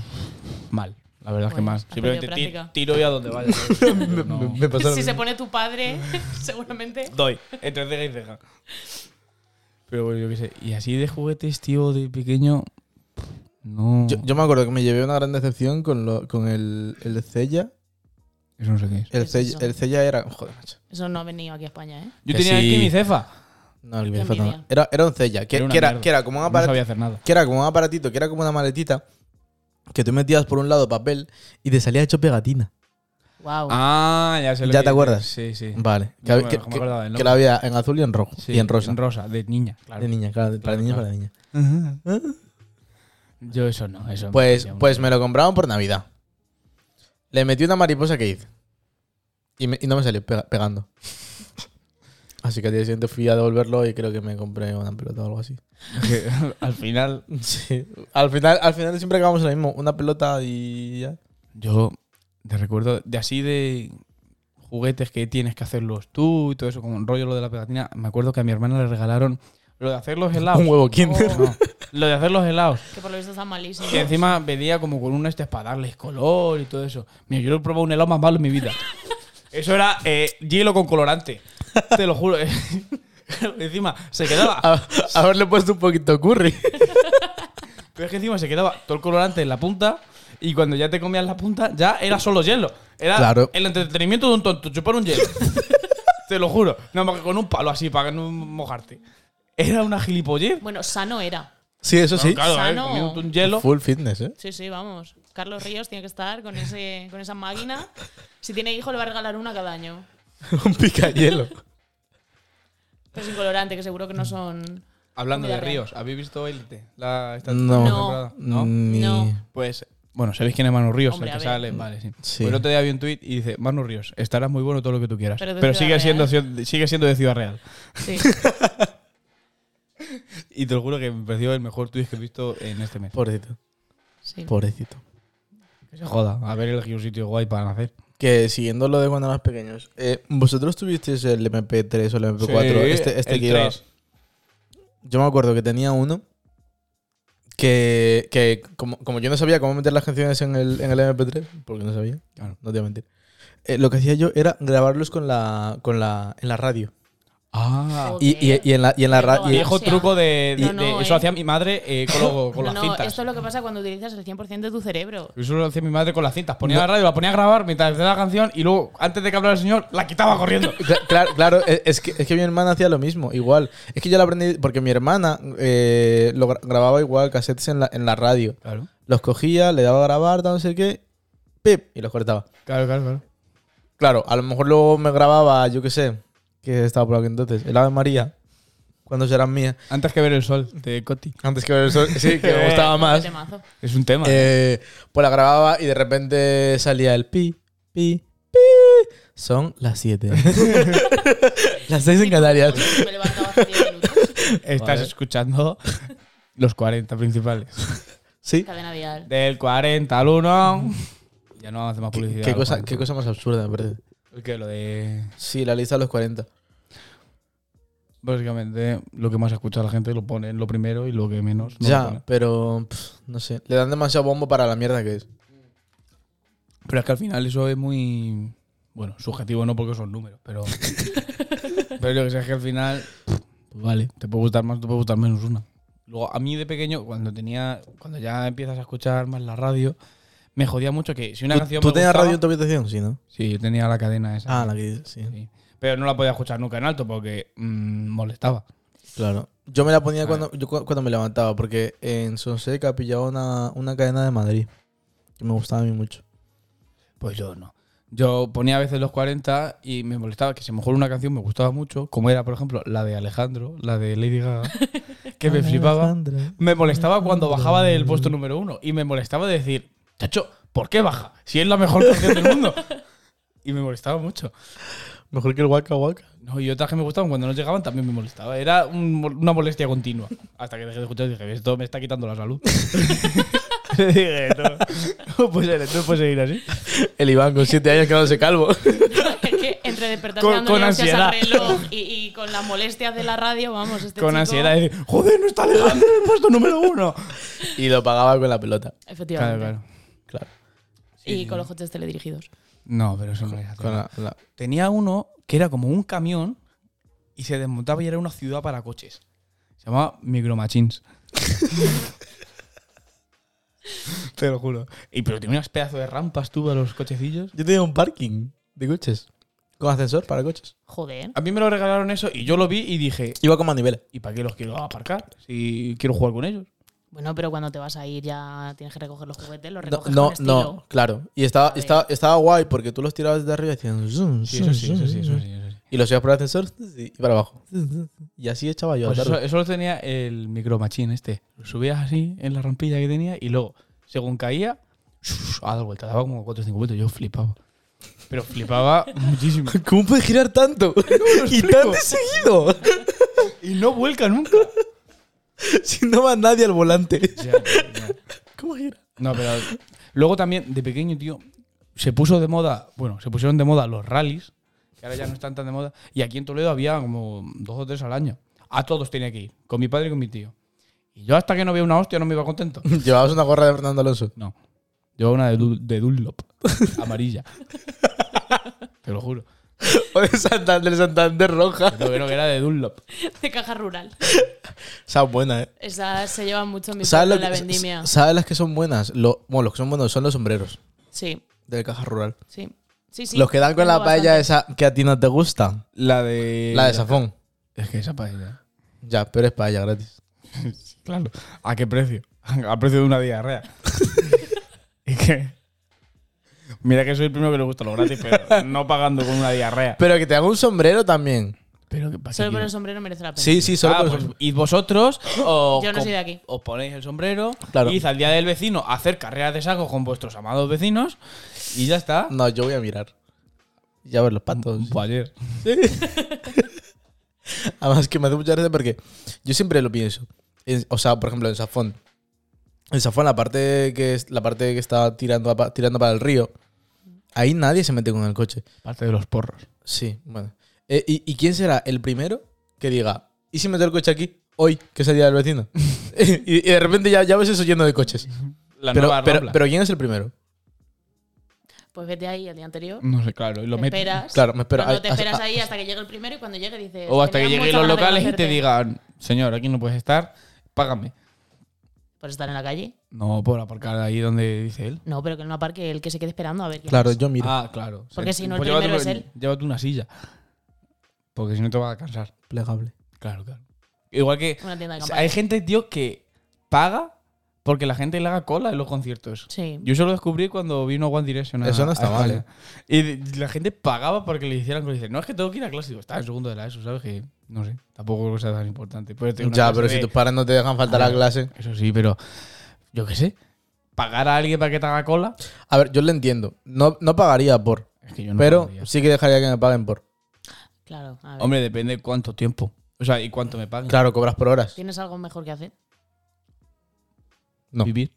mal. La verdad es que Bueno, mal. has Simplemente perdido ti- práctica. tiro y a donde vaya. (laughs) Pero no. Me pasaron. si se pone tu padre, (laughs) seguramente. Doy. Entre ceja y ceja. Pero bueno, yo qué sé. Y así de juguetes, tío, de pequeño. No. Yo, yo me acuerdo que me llevé una gran decepción con, lo- con el, el Cella. Eso no sé qué es. El ¿Qué es Cella, eso? el Cella era. Joder, macho. Eso no ha venido aquí a España, ¿eh? Yo Que tenía sí. aquí mi cefa. No, el Qué Bielefeld no. envidia. Era, era un Cella. Que, Era una que era, mierda. que era como un No aparato. sabía hacer nada. que era como un aparatito, que era como una maletita, que tú metías por un lado papel y te salía hecho pegatina. Wow. Ah, ya sé lo ¿Ya que te dices. acuerdas? Sí, sí. Vale. Que, No hab- me- que- no me que- acordaba del que la había en azul y en rojo. y en rosa. En rosa, de niña, claro. de niña, claro, para Claro, niña, claro. para niña. Yo eso no, eso me Pues, parecía un- pues me lo compraban por Navidad. Le metí una mariposa que hice. Y, me- y no me salió pega- pegando. (laughs) Así que al día siguiente fui a devolverlo y creo que me compré una pelota o algo (laughs) así. (laughs) que al final Sí. Al final, al final siempre acabamos en lo mismo. Una pelota y ya. yo te recuerdo de así de juguetes que tienes que hacerlos tú y todo eso como un rollo lo de la pegatina, me acuerdo que a mi hermana le regalaron lo de hacer los helados. Un huevo kinder. No, lo de hacer los helados. Que por lo visto está malísimo. Que encima venía como con un este para darles color y todo eso. Mira, yo no he probado un helado más malo en mi vida. Eso era eh, hielo con colorante. Te lo juro. eh. (laughs) encima se quedaba. (laughs) A- Haberle puesto un poquito curry. Pero es que encima se quedaba todo el colorante en la punta. Y cuando ya te comías la punta, ya era solo hielo. Era Claro. el entretenimiento de un tonto, chupar un (laughs) hielo. te lo juro. Nada más que con un palo así para no mojarte. Era una gilipollez. Bueno, sano era. (laughs) Sí, eso sí. Claro, eh, Sano. comiéndote un hielo. Full fitness, ¿eh? Sí, sí, vamos. Carlos Ríos tiene que estar con, ese, con esa máquina. Si tiene hijo, le va a regalar una cada año. un picayelo. Pero sin colorante, que seguro que no son. Hablando de Comida real. ríos, ¿habéis visto Élite? La, esta No. temporada? No. No. Pues, bueno, ¿sabéis quién es Manu Ríos? Hombre, el que a ver. sale, vale, sí. Sí. Pues el otro día vi un tuit y dice, Manu Ríos, estarás muy bueno todo lo que tú quieras. Pero Pero, de sigue, Ciudad siendo, Real. ciud- sigue siendo de Ciudad Real. Sí. Y te lo juro que me pareció el mejor tuit que he visto en este mes. Pobrecito. sí. Pobrecito. Que se joda, haber elegido un sitio guay para nacer. Que siguiendo lo de cuando eras pequeños, eh, ¿vosotros tuvisteis el MP3 o el MP4? Sí, este este el que iba- tres. Yo me acuerdo que tenía uno que, que como, como yo no sabía cómo meter las canciones en el, en el MP3, porque no sabía, Claro. no te voy a mentir, eh, lo que hacía yo era grabarlos con la, con la, en la radio. Ah. Ok. Y, y- y en la, y en la Qué radio... Viejo O sea, truco de... de- no, no, de- eso eh. hacía mi madre eh, (laughs) con, lo- con No, las no, cintas. esto es lo que pasa cuando utilizas el 100% de tu cerebro. Eso lo hacía mi madre con las cintas. Ponía la radio, la ponía a grabar mientras hacía la canción y luego, antes de que hablara el señor, la quitaba corriendo. (laughs) Cla- Claro, claro, e- es que, es que mi hermana hacía lo mismo, igual. Es que yo la aprendí porque mi hermana eh, lo gra- grababa igual, cassettes en la, en la radio. (laughs) Claro. Los cogía, le daba a grabar, tal, no sé qué, pip, y los cortaba. Claro, claro, claro. Claro, a lo mejor luego me grababa, yo qué sé, que estaba por aquí entonces, el Ave María, cuando serán mías, Antes que ver el sol de Coti. antes que ver el sol, sí, que me gustaba Qué más. temazo. Es un tema. Eh, pues la grababa y de repente salía el pi, pi, pi. Son las 7. las 6 en Canarias. Oye, que me levantaba hace 10 minutos. Estás Vale. (laughs) escuchando los 40 principales. Sí. Cadena vial. Del 40 al 1. Ya no hace más publicidad. ¿Qué al cosa, 40. qué cosa más absurda, me parece. Que lo de. Sí, la lista de los 40. Básicamente, lo que más escucha la gente lo pone en lo primero y lo que menos. no lo ya, pone. pero pff, no sé. Le dan demasiado bombo para la mierda que es. Pero es que al final eso es muy. Bueno, subjetivo no porque son números, (laughs) pero. pero yo que sé es que al final. Pues vale, te puede gustar más, te puede gustar menos una. Luego, a mí de pequeño, cuando tenía. Cuando ya empiezas a escuchar más la radio, me jodía mucho que si una ¿Tú, canción. tú me tenías gustaba- radio en tu habitación? Sí, ¿no? Sí, yo tenía la cadena esa. Ah, la que dices, sí. Sí. Pero no la podía escuchar nunca en alto porque mm, molestaba. Claro. Yo me la ponía cuando, yo cu- cuando me levantaba, porque en Sonseca pillaba una, una cadena de Madrid que me gustaba a mí mucho. Pues yo no. Yo ponía a veces los 40 y me molestaba que si a lo mejor una canción me gustaba mucho, como era, por ejemplo, la de Alejandro, la de Lady Gaga, que me flipaba. Alejandra. Me molestaba cuando bajaba del puesto número uno y me molestaba de decir, chacho, ¿por qué baja? Si es la mejor canción del mundo. Y me molestaba mucho. Mejor que el Waka Waka. No, y otras que me gustaban cuando no llegaban también me molestaba. Era un mol- una molestia continua. Hasta que dejé de escuchar y dije, esto me está quitando la salud. (laughs) Y dije, no, no puede ser, no puede seguir así. (laughs) El Iván con siete años quedándose calvo. (laughs) Es que entre despertarse Con- dándole con hostias al ansiedad. reloj y, y con las molestias de la radio, vamos, este con chico- ansiedad de decir, joder, no está Alejandro en el puesto número uno. y lo pagaba con la pelota. Efectivamente. Claro. Y con los coches teledirigidos. No, pero eso no es así. Con la- la- Tenía uno que era como un camión y se desmontaba y era una ciudad para coches. Se llamaba (laughs) Micromachines. Te lo juro. Y pero tenía unas pedazos de rampas tú a los cochecillos. Yo tenía un parking de coches. Con ascensor para coches. Joder. A mí me lo regalaron eso y yo lo vi y dije, Iba con manivela. ¿y para qué los quiero aparcar? Si quiero jugar con ellos. Bueno, pero cuando te vas a ir ya tienes que recoger los juguetes, los No, recoges no, con estilo. no, claro. Y estaba, Vale. estaba, estaba guay porque tú los tirabas de arriba y hacían zoom, Sí, zoom, eso sí, zoom, eso sí, eso zoom. sí. Eso sí. Y los ibas por el ascensor y para abajo. Y así echaba yo. Pues la eso, tarde. eso lo tenía el micromachín este. Lo subías así en la rampilla que tenía y luego, según caía, a dar vueltas. Daba como 4 o 5 vueltas. Yo flipaba. Pero flipaba (laughs) muchísimo. eh, (laughs) ¿Cómo puede girar tanto? y tan de seguido. (laughs) Y no vuelca nunca. si no va nadie al volante. Ya, ya. (laughs) ¿Cómo gira? No, pero luego también, de pequeño, tío, se puso de moda, bueno, se pusieron de moda los rallies, que ahora ya no están tan de moda, y aquí en Toledo había como dos o tres al año. A todos tenía que ir, con mi padre y con mi tío. Y yo hasta que no veía una hostia no me iba contento. Llevabas una gorra de Fernando Alonso. No. Yo una de, Dul- de Dunlop. amarilla. Te lo juro. (laughs) O de Santander, Santander roja. Yo creo que era de Dunlop. De caja rural. Esa es buena, ¿eh? Esas se llevan mucho en mi ¿Sabes, pueblo, lo en la que- vendimia. ¿Sabes las que son buenas? Lo- bueno, los que son buenos son los sombreros Sí, de caja rural. sí. Sí, sí. los que dan con tengo la paella bastante. esa que a ti no te gusta. La de. la de safón. Es que esa paella. Ya, pero es paella gratis. Claro. ¿A qué precio? (laughs) A precio de una diarrea. (laughs) es que. Mira que soy el primero que le gusta lo gratis, pero no pagando con una diarrea. Pero que te haga un sombrero también. Pero que pasa. Solo por el sombrero merece la pena. Sí, sí, solo Ah, por el pues, sombrero. id vosotros (gasps) o Yo no com- soy de aquí. os ponéis el sombrero, Claro. id al día del vecino a hacer carreras de saco con vuestros amados vecinos y ya está. No, yo voy a mirar. Ya ver los patos. (laughs) Fue ayer. Además que me hace mucha gracia porque yo siempre lo pienso. En- o sea, por ejemplo, en Safón. En Safón, la parte que, es, la parte que está tirando, a pa- tirando para el río, ahí nadie se mete con el coche. Parte de los porros. Sí, bueno. Eh, ¿y, y quién será el primero que diga, ¿y si meto el coche aquí? Hoy, que es el día (laughs) del vecino. (laughs) y, y de repente ya, ya ves eso lleno de coches. La Pero, nueva pero, Rambla. pero ¿quién es el primero? Pues vete ahí el día anterior. No sé, claro. Y lo te meten. esperas. Claro, me espero. No, no, Ah, te ah, esperas ah, ahí hasta que llegue el primero y cuando llegue dices. O hasta que "Tenía lleguen muchas los ganas de locales y te conocerte". digan, señor, aquí no puedes estar, págame. Por estar en la calle. No, por aparcar ahí donde dice él. No, pero que no aparque el que se quede esperando a ver quién claro, es. yo miro. Ah, claro. Porque si no, el llévate primero es una- él. Llévate una silla. Porque si no te vas a cansar. Plegable. Claro, claro. Igual que Una tienda de o sea, campaña. hay gente, tío, que paga porque la gente le haga cola en los conciertos. Sí. Yo eso lo descubrí cuando vino One Direction. a- Eso no está a mal, ¿eh? España. Y de- la gente pagaba porque le hicieran cola. Y dice, no, es que tengo que ir a clase. Digo, está en segundo de la ESO, ¿sabes? Que no sé, tampoco creo que sea tan importante. Pero tengo una Ya, clase pero de- si tus padres no te dejan faltar a Ah, la clase. Eso sí, pero yo qué sé. ¿Pagar a alguien para que te haga cola? A ver, yo lo entiendo. No, no pagaría por. Es que yo no pero podría. sí que dejaría que me paguen por. Claro, a ver. Hombre, depende cuánto tiempo. O sea, y cuánto me paguen. Claro, cobras por horas. ¿Tienes algo mejor que hacer? No. Vivir.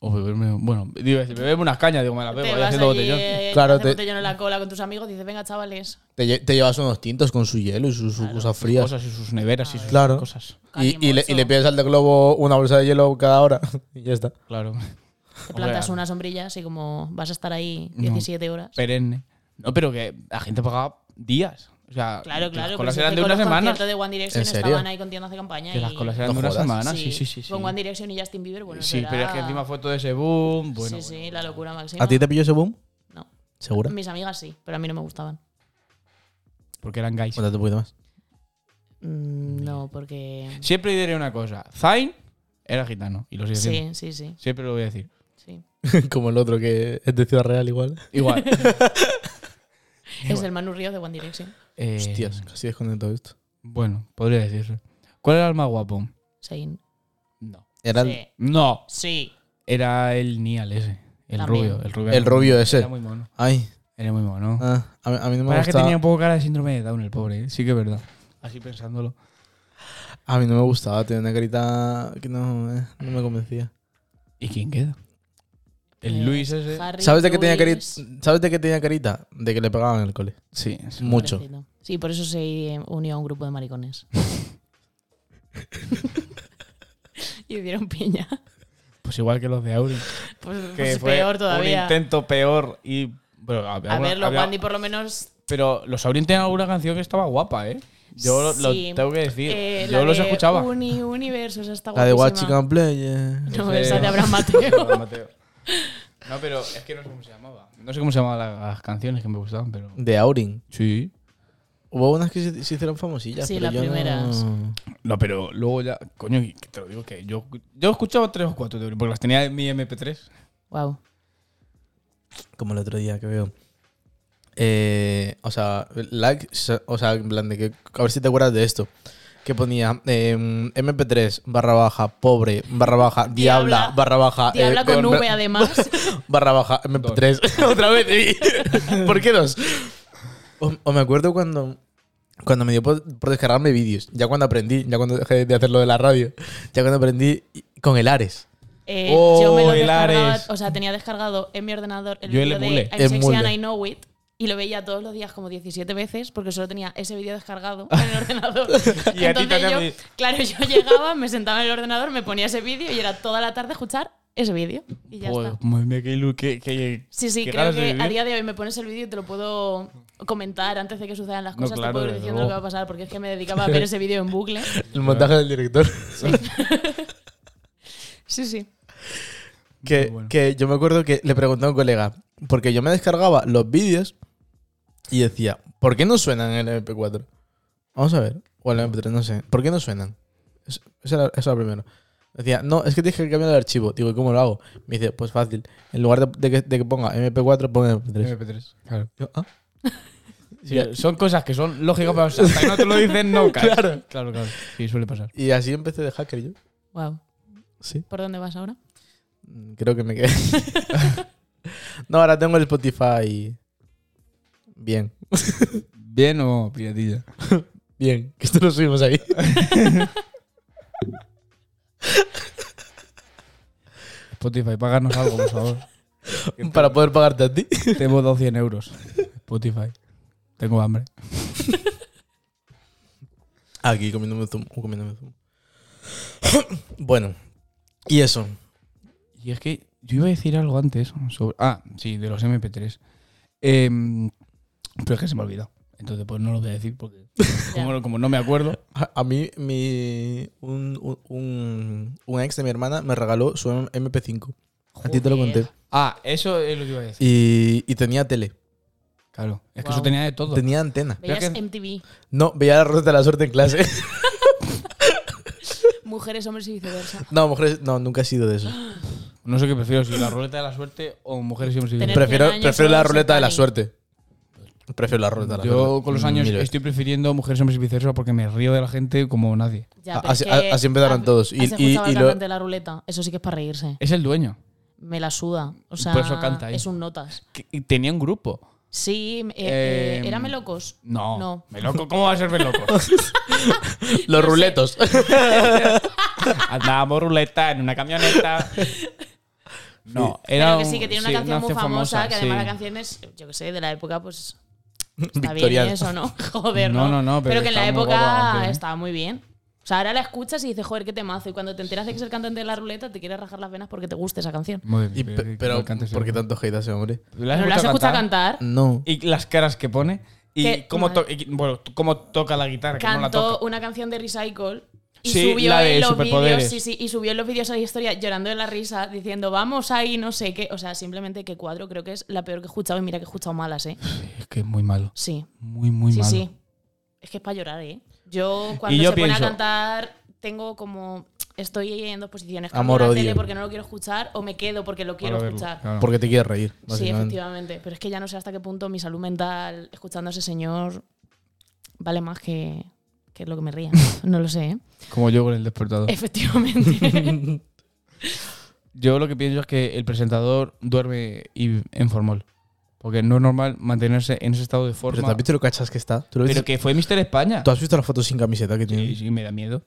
O beberme. Bueno, digo, si beberme unas cañas, digo, me las bebo. te voy vas haciendo allí, botellón. eh, Claro, haces te- botellón en la cola con tus amigos, dices, venga, chavales. Te, lle- te llevas unos tintos con su hielo y sus cosas eh, frías. Cosas y sus neveras y sus Claro. cosas. Y, y le, y le Calimocho. pides al de globo una bolsa de hielo cada hora. (laughs) y ya está. Claro. (laughs) Te plantas Hombre, una sombrilla, así como vas a estar ahí 17 horas. Perenne. No, pero que la gente pagaba días. O sea, Claro, que claro. las pero colas si eran es de que una con los semana. conciertos de One Direction ¿En serio? estaban ahí con tiendas de campaña. Que y... las colas eran No de una jodas. semana, sí, sí, sí. sí. Con One Direction y Justin Bieber, bueno, sí, eso pero es era- que encima fue todo ese boom. Bueno, sí, sí, la locura máxima. ¿A ti te pilló ese boom? No. ¿Segura? Mis amigas sí, pero a mí no me gustaban. porque eran gays. Cuéntate un poquito más. Mm, No, porque... Siempre diré una cosa. Zayn era gitano. Y lo sigue siendo. Sí, sí, sí, Siempre lo voy a decir. sí. (laughs) Como el otro que es de Ciudad Real igual. (laughs) Igual. Es el Manu Ríos de One Direction. Eh, Hostias, casi descontento esto. Bueno, podría decirse. ¿Cuál era el más guapo? Sein. No. Era Sí. No. Sí. Era el Nial ese. El También. rubio. El rubio, el, el rubio ese. Era muy mono. Ay, Era muy mono. ah, a, mí, a mí no me Para que tenía gustaba. un poco cara de síndrome de Down, el pobre, ¿eh? sí que es verdad. Así pensándolo. A mí no me gustaba, tenía una carita que no, eh, no me convencía. ¿Y quién queda? El Eh, Luis ese. Harry, ¿Sabes de qué tenía carita? Luis, ¿Sabes de qué tenía carita? De que le pegaban en el cole. Sí, sí. Mucho. pobrecito. Sí, por eso se eh, unió a un grupo de (laughs) maricones. y hicieron piña. Pues igual que los de Auri. Pues, Que pues fue peor Un todavía. intento peor y. Bueno, A ver, los había- Wandy por lo menos. Pero los Aurin tenían alguna canción que estaba guapa, ¿eh? Yo lo- Sí. lo tengo que decir. eh, Yo la los de escuchaba. Uni, universo, esa está La de guapísima. Watch Can Play. eh. No, Ese- esa de Abraham Mateo. Abraham (laughs) Mateo. No, pero es que no sé cómo se llamaba. No sé cómo se llamaban la- las canciones que me gustaban, pero. De Aurin. Sí. Hubo unas que se, se hicieron famosillas. Sí, pero las yo no- primeras. No, pero luego ya. Coño, que te lo digo que yo. Yo escuchaba tres o cuatro de Aurin, porque las tenía en mi MP3. wow. Como el otro día que veo. Eh, o sea, like, o sea, en plan de que. A ver si te acuerdas de esto. Que ponía eh, MP3 barra baja pobre barra baja diabla, Diabla. barra baja. eh, Diabla con barra- V además. Barra baja MP3. (laughs) Otra vez. y- ¿Por qué dos? O, o me acuerdo cuando. Cuando me dio por, por descargarme vídeos. Ya cuando aprendí. Ya cuando dejé de hacerlo de la radio. Ya cuando aprendí y- con el Ares. Eh, Oh, yo me lo el descargaba, Ares. o sea, tenía descargado en mi ordenador el Yo el vídeo de emule. I'm sexy Emule. and I know it y lo veía todos los días como 17 veces porque solo tenía ese vídeo descargado en (laughs) el ordenador. Y a ti te Entonces hacía yo, mi- claro, yo llegaba, me sentaba en el ordenador, me ponía ese vídeo y era toda la tarde escuchar ese vídeo y ya Joder, está. madre mía, qué ilu- qué- qué- Sí, sí, qué creo ganas de que a vivir. día de hoy me pones el vídeo y te lo puedo comentar antes de que sucedan las No, cosas, te claro, puedo ir desde diciendo lo luego. que va a pasar porque es que me dedicaba a ver ese vídeo en bucle. El montaje del director. Sí, sí. que, bueno. que yo me acuerdo que le pregunté a un colega. Porque yo me descargaba los vídeos. Y decía, ¿por qué no suenan en el MP4? Vamos a ver. O en el MP3, no sé. ¿Por qué no suenan? Es- Eso era, eso era primero. Decía, no, es que tienes que cambiar el archivo. Digo, ¿y cómo lo hago? Me dice, pues fácil. En lugar de, de que, de que ponga MP4, ponga MP3. MP3, Eh, claro. Yo, ah, (laughs) Sí, son cosas que son lógicas, pero hasta que no te lo dicen, (laughs) no caes. Claro. Claro, claro. Sí, suele pasar. Y así empecé de hacker yo. Wow. Sí. ¿Por dónde vas ahora? Mm, Creo que me quedé. (laughs) no, ahora tengo el Spotify. Bien. ¿Bien o piratilla? Bien. (laughs) Que esto lo subimos ahí. (laughs) Spotify, páganos algo, por (laughs) favor. para poder pagarte a ti. Te hemos dado 100 euros. Spotify. Tengo hambre. Aquí comiéndome zumo. comiéndome zumo. (coughs) bueno. Y eso. Y es que yo iba a decir algo antes sobre. Ah, sí, de los MP3. Em, pero es que se me ha olvidado. Entonces, pues no lo voy a (laughs) decir porque. Como, como no me acuerdo. A, a mí, mi, un, un- un- un ex de mi hermana me regaló su MP5. A ti te lo Joder. conté. Ah, eso es lo que iba a decir. Y, y tenía tele. Claro. Es que Guau. eso tenía de todo. Tenía antena. Pero Veías que- MTV. No, veía la ruta de la suerte en clase. (laughs) Mujeres, hombres y viceversa. no, mujeres. No, nunca he sido de eso. No sé qué prefiero, si la ruleta de la suerte o mujeres siempre Tener- Prefiero, 100 años solo prefiero la ser ruleta de la Dani. suerte. Prefiero la ruleta de la suerte. Yo con los años Mil veces. estoy prefiriendo mujeres hombres y viceversa porque me río de la gente como nadie. Ya, A- pero así- es que a- así empezaron has- todos. Y- has y- escuchado al y lo- cantante de la ruleta. Eso sí que es para reírse. Es el dueño. Me la suda. O sea, Por eso canta ahí. es un notas. Que- y tenía un grupo. Sí, eh, eh, Em, era Melocos. No. No. Meloco, ¿cómo va a ser Meloco? (laughs) Los ruletos. Andábamos ruleta en una camioneta. No, era Pero que sí, que tiene una sí, canción muy famosa, que además sí. la canción es, yo que sé, de la época, (laughs) pues. Está bien Victoriano. eso, ¿no? (laughs) Joder, No, ¿no? no, no, pero que en la estaba muy guapa la época canción, ¿eh? estaba muy bien. O sea, ahora la escuchas y dices, joder, qué temazo. Y cuando te enteras de que es el cantante de la ruleta, te quieres rajar las venas porque te gusta esa canción. Madre (laughs) Y mía, pe- que- que pero, me encanta ese ¿por qué hombre. tanto hate a ese hombre? ¿La ¿No la has escuchado cantar? No. Y las caras que pone. Y Qué cómo, to- mal. y- bueno, cómo toca la guitarra. que no la Cantó toca. una canción de Recycle. Y Sí, subió la de en los Superpoderes. vídeos, sí, sí, y subió en los vídeos a la historia llorando de la risa, diciendo vamos ahí, no sé qué. O sea, simplemente que cuadro creo que es la peor que he escuchado y mira que he escuchado malas, ¿eh? Es que es muy malo. Sí, Muy, muy sí, malo. sí. Es que es para llorar, ¿eh? Yo cuando yo se pienso- pone a cantar tengo como... Estoy en dos posiciones. Cambio Amor, la odio. tele porque no lo quiero escuchar o me quedo porque lo quiero Para verlo, escuchar. claro. Porque te quieres reír. Sí, básicamente. efectivamente. Pero es que ya no sé hasta qué punto mi salud mental, escuchando a ese señor, vale más que, que lo que me ría. (laughs) No lo sé, ¿eh? Como yo con el despertador. (laughs) Efectivamente. Yo lo que pienso es que el presentador duerme y en formol. Porque no es normal mantenerse en ese estado de Pero forma. ¿te has visto lo cachas que está? ¿Tú, lo Pero viste? que fue Mister España. ¿Tú has visto las fotos sin camiseta que tiene? Sí, sí, me da miedo.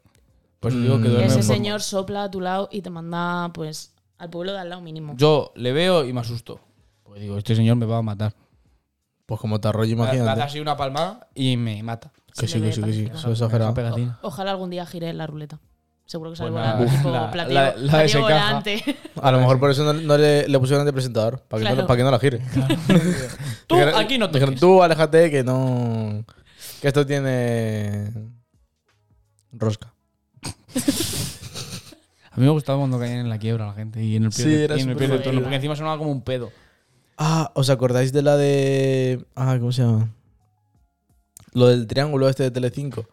Pues digo que Mm. duerme Ese en formol. señor sopla a tu lado y te manda, pues, al pueblo de al lado mínimo. Yo le veo y me asusto. Pues digo, este señor me va a matar. Pues como te arrollo, Me da imagínate. así una palmada y me mata. Que sí, que sí, que Parece sí. Eso es Me deja exagerado. pegatina. O- ojalá algún día gire en la ruleta. Seguro que sale Pues volando, nada. tipo (laughs) La- platillo, la- la de platillo ese caja. volante. A lo mejor por eso no, no le, le pusieron de presentador. Para que, no, Claro. para que no la (laughs) gire. (laughs) Tú Dijeron- aquí no te dijeron, quejes. Tú aléjate que no. Que esto tiene. Rosca. A mí me gustaba cuando caían en la quiebra la gente y en el pie, Sí, de, era y en el pie súper de jodido. turno, porque encima sonaba como un pedo. Ah, ¿os acordáis de la de. Ah, ¿cómo se llama? Lo del triángulo este de Telecinco.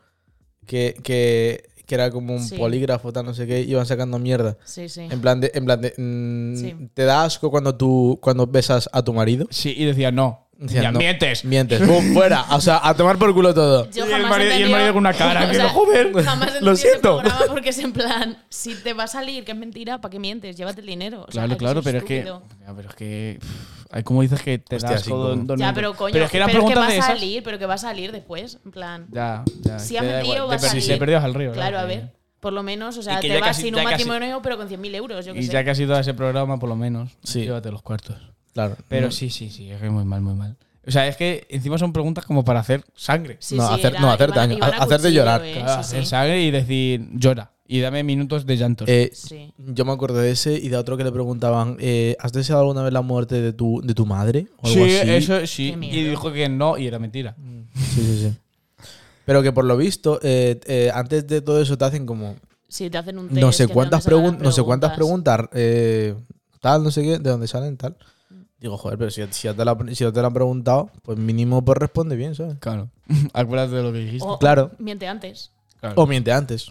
Que, que, que era como un Sí. polígrafo, tal, no sé qué. Iban sacando mierda. Sí, sí. En plan de. En plan de mm, Sí. ¿Te da asco cuando tú cuando besas a tu marido? Sí, y decía no. Decía, Decía, no. mientes. Mientes. ¡Bum! Fuera. O sea, a tomar por culo todo. Yo Y el jamás marido- y el entendí- marido con una cara, que, "Joder, jamás lo entendí ese siento". programa porque es en plan, si te va a salir que es mentira, ¿para qué mientes? Llévate el dinero. O sea, Claro, hay que claro, ser pero es que. estúpido. Ya, pero es que. pff, Hay como dices que te Hostia, das sí, todo como- Ya, pero coño, Pero es que eran pero preguntas va de a esas. salir, pero que va a salir después, en plan. Ya, ya. Si te has da metido, igual. vas Te a per- Si salir. te perdías al río. Claro, a que- ver. Por lo menos, o sea, Y que te ya vas casi- sin ya un casi- matrimonio, pero con 100.000 euros, yo qué Y sé. ya que has ido a ese programa, por lo menos, Sí. llévate los cuartos. Claro. Mm. Pero no. sí, sí, sí, es que muy mal, muy mal. O sea, es que encima son preguntas como para hacer sangre. Sí, no, sí, hacer- era- no, hacer iban a- daño, iban a hacerte cuchillo, llorar. eh, Claro, sí, hacer sí. sangre y decir, llora. Y dame minutos de llanto. Eh, Sí. Yo me acuerdo de ese y de otro que le preguntaban, eh, ¿has deseado alguna vez la muerte de tu, de tu madre? O algo sí, así. eso sí. Qué Y miedo. dijo que no, y era mentira. Mm. Sí, sí, sí. Pero que por lo visto, eh, eh, antes de todo eso te hacen como Sí, te hacen un test. no sé que te cuántas empiezan a dar preguntas, no sé cuántas preguntas, eh, tal, no sé qué, de dónde salen, tal. Mm. Digo, joder, pero si, ya- si ya te la, si ya te la han preguntado, pues mínimo pues responde bien, ¿sabes? Claro. (laughs) Acuérdate de lo que dijiste. O- Claro. Miente antes. Claro. O miente antes.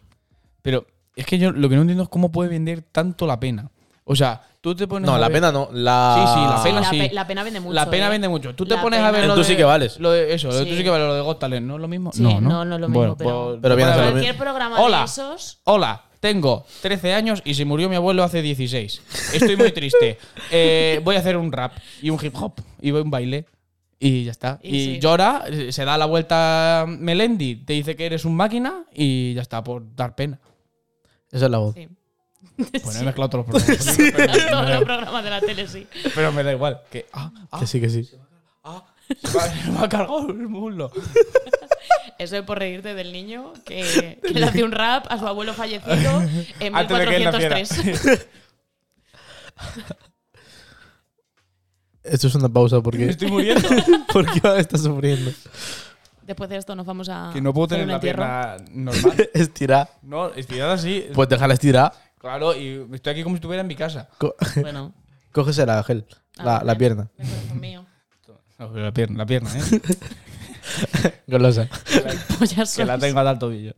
Pero es que yo lo que no entiendo es cómo puede vender tanto la pena. O sea, tú te pones. No, a la ver- pena no. La... Sí, sí, la Sí, pena la, sí. pe- la pena vende mucho. la pena eh. vende mucho. Tú te La pones a pena. ver lo Tú de, sí que vales. Lo de eso, lo de tú Sí. sí que vales, lo de Got Talent, ¿no es lo mismo? Sí, no, no es lo mismo, pero- Pero viene a ser lo pues, Cualquier mismo. programa Hola. de esos. Hola, tengo 13 años y se murió mi abuelo hace 16. Estoy (laughs) muy triste. Eh, voy a hacer un rap y un hip hop y voy a un baile. Y ya está. Y, Y sí. llora, se da la vuelta Melendi, te dice que eres un máquina y ya está, por dar pena. Esa es la voz. (laughs) Sí. (laughs) Bueno, he mezclado todos los problemas. pero, Todos los programas de la tele, sí. pero me da igual. Que, ah, ah, Que sí, que sí. se me ha- se me ha cargado el muslo. Eso es por reírte del niño que, que le hace un rap a su abuelo fallecido en Antes de que él naciera. 1403. (laughs) Esto es una pausa Me porque, estoy muriendo. (laughs) porque está sufriendo. Después de esto nos vamos a. (laughs) Que no puedo hacer tener un la entierro. pierna (laughs) normal. Estirar. No, estirada así. Pues déjala estirar. Claro, y estoy aquí como si estuviera en mi casa. Co- (laughs) Bueno. Cógese la gel, la, Ah, la bien. pierna. Mejor es (laughs) conmigo. No, pero la pierna, la pierna, ¿eh? Golosa. (laughs) Pollas que la sois. tengo al tobillo.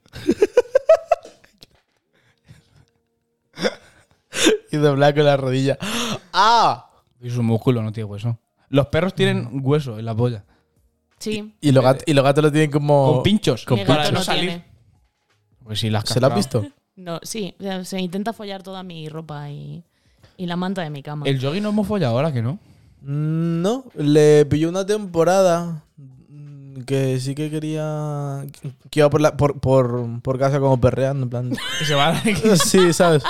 Y doblar con la rodilla. (gasps) ¡Ah! Y su músculo no tiene hueso. Los perros tienen hueso en la polla. Sí. Y los, gatos, y los gatos lo tienen como. Con pinchos. mi para gato no no salir. tiene. Pues sí, las ¿Se lo has castraba. visto? No, sí. o sea, Se intenta follar toda mi ropa y, y la manta de mi cama. El jogging no hemos follado ahora, que no. Mm, No, le pilló una temporada mm, que sí que quería. que iba por, la, por, por, por casa como perreando, en plan. Que se va (laughs) Sí, ¿sabes?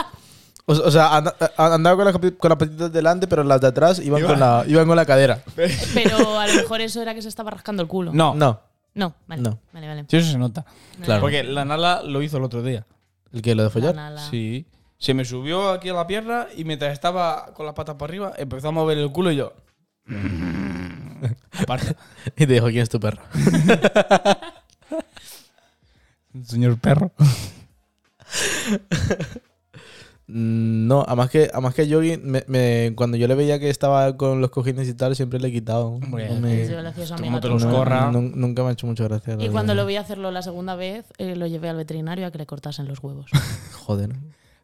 O, o sea, anda- eh, a- andaba con las, capi- con las patitas delante, pero las de atrás iban, Iba- Con, la, iban con la cadera. Pero a lo mejor eso era que se estaba rascando el culo. No, no. No. No, vale. No. Vale, vale. Sí, eso se nota. Claro. Porque la Nala lo hizo el otro día. ¿El que lo de follar? La, la, la. Sí. Se me subió aquí a la pierna y mientras estaba con las patas para arriba empezó a mover el culo y yo. Aparte. (laughs) Y te dijo, ¿quién es tu perro? Señor perro. Mm, No, además que, además que Yogi, me- me- cuando yo le veía que estaba con los cojines y tal, siempre le he quitado. Hombre, No me- Yo le hacía eso a mi Como te gato. los eh, no- corra. nun- Nunca me ha hecho mucha gracia. Y cuando lo vi hacerlo la segunda vez, eh, lo llevé al veterinario a que le cortasen los huevos. Joder.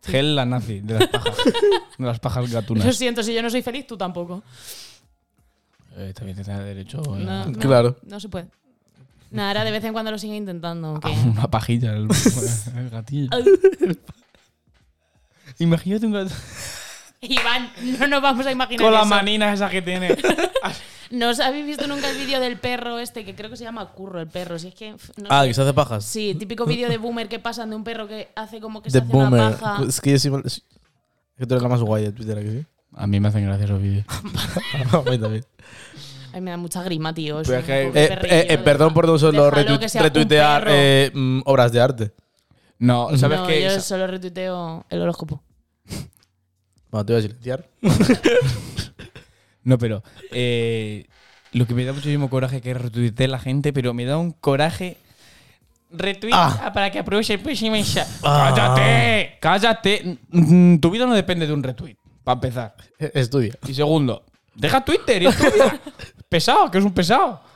Gel la nazi, de las pajas. De las (laughs) pajas Lo gatunas. siento, si yo no soy feliz, tú tampoco. Eh, También tenía derecho a No, no, Claro. No se puede. Nada, ahora de vez en cuando lo sigue intentando. aunque- a (laughs) Ah. una pajilla el, el gatillo. (laughs) Imagínate un gato (laughs) Iván, no nos vamos a imaginar con la eso. manina esa que tiene. ¿No os habéis visto nunca el vídeo del perro este, que creo que se llama Curro, el perro? Si es que... pf, no Ah, sé. que se hace pajas. Sí, típico vídeo de boomer que pasan de un perro que hace como que The se hace Boomer. pues- una paja. Es que yo sí me- Es que tú eres la más guay de Twitter, ¿a que sí? (laughs) A mí me hacen gracia los vídeos. A mí también. Ay, me da mucha grima, tío. es Pero (laughs) un es que hay- pobre Eh, perrillo, eh, de eh, perdón verdad. por no solo Déjalo retu- que sea un retuitear perro. eh, mm, obras de arte. No, ¿sabes No, qué? Yo solo retuiteo el horóscopo. Bueno, te voy a silenciar. No, pero eh, lo que me da muchísimo coraje es que retuite la gente, pero me da un coraje. Retweet Ah. para que apruebes el próximo mensaje. ¡Cállate! ¡Cállate! Mm, Tu vida no depende de un retweet, para empezar. Eh, (laughs) Estudia. Y segundo, deja Twitter y es tu (laughs) vida. pesado, que es un pesado.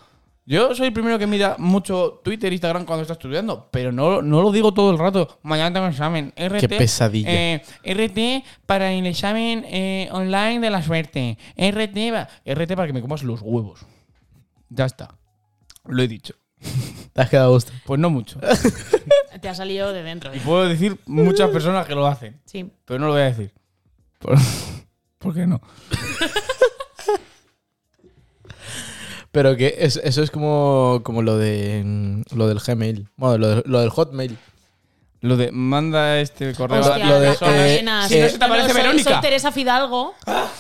Yo soy el primero que mira mucho Twitter, Instagram cuando está estudiando, pero no, no lo digo todo el rato. Mañana tengo examen. RT, Qué pesadilla. eh, RT para el examen eh, online de la suerte. RT, va- RT para que me comas los huevos. Ya está. Lo he dicho. Te has quedado a gusto. Pues no mucho. Te ha salido de dentro. Y ¿eh? puedo decir muchas personas que lo hacen, Sí. pero no lo voy a decir. Por- (laughs) ¿Por qué no? Pero que es- eso es como, como lo de mm, lo del Gmail. Bueno, lo, de- lo del Hotmail. Lo de manda este correo Hostia, a- lo de, las eh, cadenas. si no eh, se te aparece soy, Verónica. Ah. soy Teresa Fidalgo,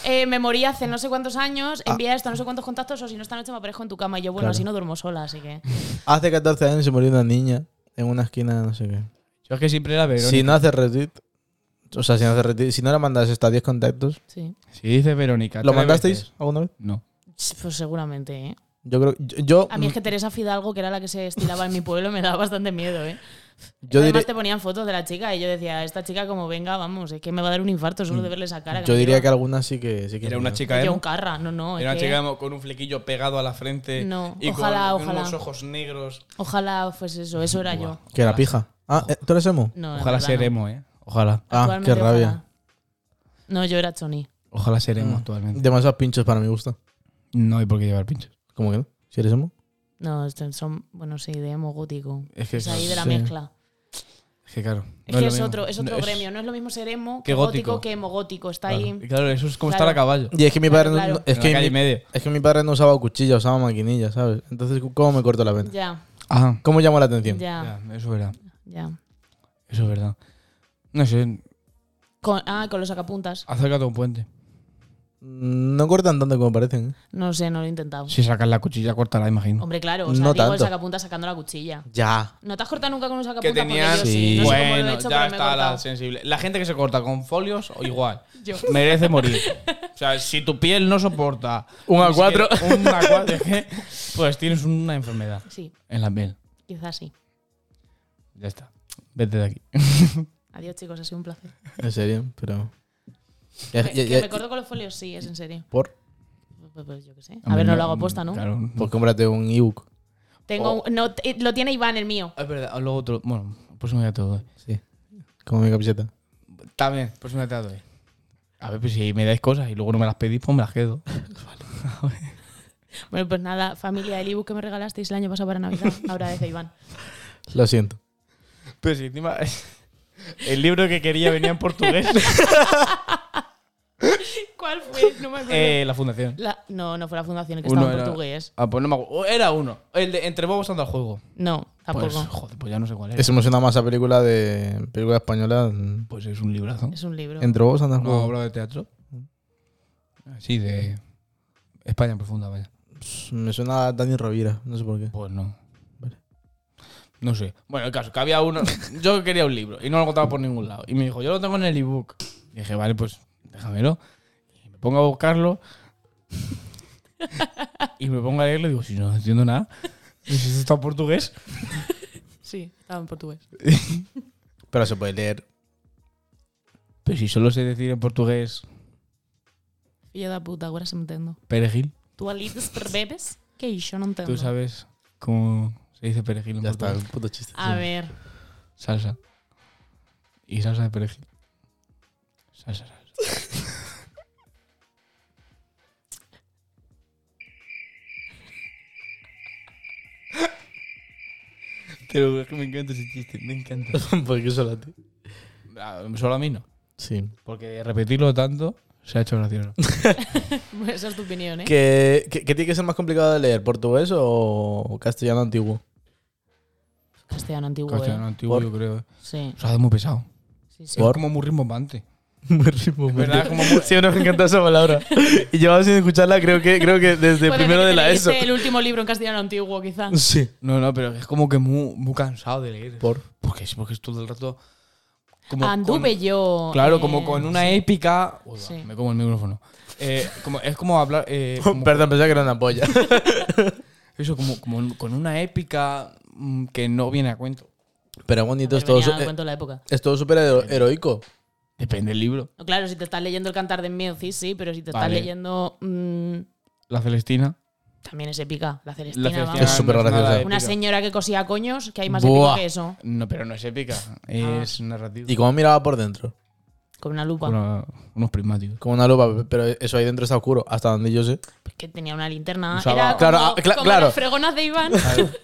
eh, me morí hace no sé cuántos años, envía esto a no sé cuántos contactos, o si no esta noche me aparezco en tu cama. Y yo, bueno, Claro. así no duermo sola, así que... Hace 14 años se murió una niña en una esquina, no sé qué. Yo es que siempre era Verónica. Si no haces retweet, o sea, si no haces retweet, si no la mandas hasta 10 contactos, Sí. Si dice Verónica. ¿lo tres mandasteis veces. alguna vez? No. Pues seguramente, ¿eh? Yo creo yo, yo, A mí es que Teresa Fidalgo, que era la que se estilaba en mi pueblo, me daba bastante miedo, ¿eh? mm, yo Además diré- te ponían fotos de la chica y yo decía, esta chica como venga, vamos, es que me va a dar un infarto solo de verle esa cara. Mm. yo me diría que lleva". alguna sí que sí que Era una murió. chica Y yo, emo. un carra, no, no. Era es una que chica emo con un flequillo pegado a la frente. No, Y con- ojalá, con ojalá. unos ojos negros. Ojalá fuese eso, eso era yo. Que era pija. Ah, eh, ¿tú eres emo? No, la Ojalá verdad ser no. emo, eh. Ojalá. Ah, Actualmente, qué rabia. ojalá. No, yo era Choni. Ojalá ser emo actualmente. Mm. Demasiados pinchos para mi gusto. No hay por qué llevar pinchos. ¿Cómo que no? ¿Si eres emo? No, este- son, bueno, sí, de emo gótico. Es que, Es Pues ahí de la sí. mezcla. es que claro. Es no que lo es mismo. otro, es otro No, es- gremio, no es lo mismo ser emo Que que gótico. gótico, que emo gótico. Está y ahí. Claro, eso es como Claro. estar a caballo. Y es que mi Claro, padre claro. no, es en que la calle y mi, media. es que mi padre no usaba cuchilla, usaba maquinilla, ¿sabes? Entonces, ¿cómo me corto la vena? Ya, Ajá. ¿Cómo llamo la atención? ya, Ya, eso es verdad. ya. Eso es verdad. No sé, Con- ah, con los sacapuntas. acércate a un puente. No cortan tanto como parecen. ¿eh? No sé, no lo he intentado. Si sacas la cuchilla, córtala, imagino. Hombre, claro, o sea, No digo el tanto. sacapuntas sacando la cuchilla. Ya. ¿No te has cortado nunca con un que sacapuntas? tenían. Porque yo sí. No sé cómo lo Bueno, he hecho, ya pero me he está la cortado. sensible. La gente que se corta con folios, o igual. (laughs) Yo. Merece (laughs) morir. O sea, si tu piel no soporta. Un ni A4. siquiera Un (laughs) A4, es que, pues tienes una enfermedad Sí, en la piel. quizás sí. Ya está. Vete de aquí. Adiós, chicos, ha sido un placer. En serio, (laughs) pero. Ya- Que- ya- que ya- me corto con los folios, sí, es en serio. ¿Por? Pues- pues yo qué sé. A ver, no lo hago aposta, ¿no? Claro. Pues cómprate un ebook. Tengo, Oh. no, te- lo tiene Iván, el mío. Es verdad, luego otro. Bueno, pues me todo. Sí. Como mi camiseta. Está bien, pues me doy. A ver, pues si me dais cosas y luego no me las pedís, pues me las quedo. Bueno, pues nada, familia, el ebook que me regalasteis el año pasado para Navidad, (laughs) ahora desde Iván. Lo siento. Pero si encima. (laughs) El libro que quería venía en portugués. ¿Cuál (laughs) fue? No me acuerdo. (laughs) Eh, la fundación. La- no, no fue la fundación, el que Uno estaba en era- portugués. Ah, pues no me acuerdo. Era uno. El de Entre Bobos anda al juego. No, tampoco. Pues, joder, pues ya no sé cuál era. Eso me suena más a película de. película española. mm, Pues es un librazo. Es un libro. Entre vos andas Una jugando. obra de teatro. Así de España profunda, vaya. Pss, Me suena a Dani Rovira, no sé por qué. Pues no. Vale. No sé. Bueno, el caso, que había (laughs) uno. Yo quería un libro y no lo encontraba por ningún lado. Y me dijo, yo lo tengo en el ebook. Y dije, vale, pues déjamelo. Y me pongo (laughs) a buscarlo. y me pongo a leerlo y digo, si no entiendo nada. Y si esto está en portugués. Sí, estaba en portugués. Pero se puede leer. Pero si solo sé decir en portugués Filha da puta, ahora se me entiendo. perejil. ¿Tú (laughs) alitas por bebes? ¿Qué hizo? No entiendo. Tú sabes cómo se dice perejil en Ya está, portugués. un puto chiste. A ver, Salsa. Y salsa de perejil. Salsa, (laughs) salsa. Pero es que me encanta ese chiste, me encanta. (laughs) ¿Por qué solo a ti? Ah, Solo a mí no. Sí. Porque de repetirlo tanto se ha hecho gracioso. esa es tu opinión, ¿eh? ¿Qué, qué, qué tiene que ser más complicado de leer? ¿Portugués o castellano antiguo? (laughs) Castellano antiguo, Castellano ¿eh? antiguo, Por- yo creo. Sí, Se hace muy pesado. sí, sí. Por- Es como muy rimbombante. Muy ritmo, Es verdad, como muy- Sí, no me encanta esa palabra. Y llevaba sin escucharla, creo que, creo que desde Puede primero que de te la leíste ESO. el último libro en castellano antiguo, quizá. Sí. No, no, pero es como que muy, muy cansado de leer. Por. Porque, es- porque es todo el rato. Como Anduve con- yo. Claro, eh, como con una épica. Uy, va, Sí. Me como el micrófono. Eh, como, es como hablar. (laughs) eh, como- Perdón, pensaba que era una polla. eso, como, como con una épica mm, que no viene a cuento. (laughs) Pero bonito, es todo, venía su- al eh, cuento de la época. es todo súper hero- heroico. Depende del libro. No, Claro, si te estás leyendo el cantar de Miocis, sí, pero si te estás Vale. leyendo. mm, La Celestina. también es épica, la Celestina. La Celestina vamos. Es súper no nada graciosa. épica. Una señora que cosía coños, que hay más Buah. épico que eso. No, pero no es épica. Ah. Es narrativa. ¿Y cómo miraba por dentro? Con una lupa. Una- unos prismáticos. Como una lupa, pero eso ahí dentro está oscuro, hasta donde yo sé. pues Que tenía una linterna. Usaba- Era como, Claro, ah, cla- como claro. las fregonas de Iván,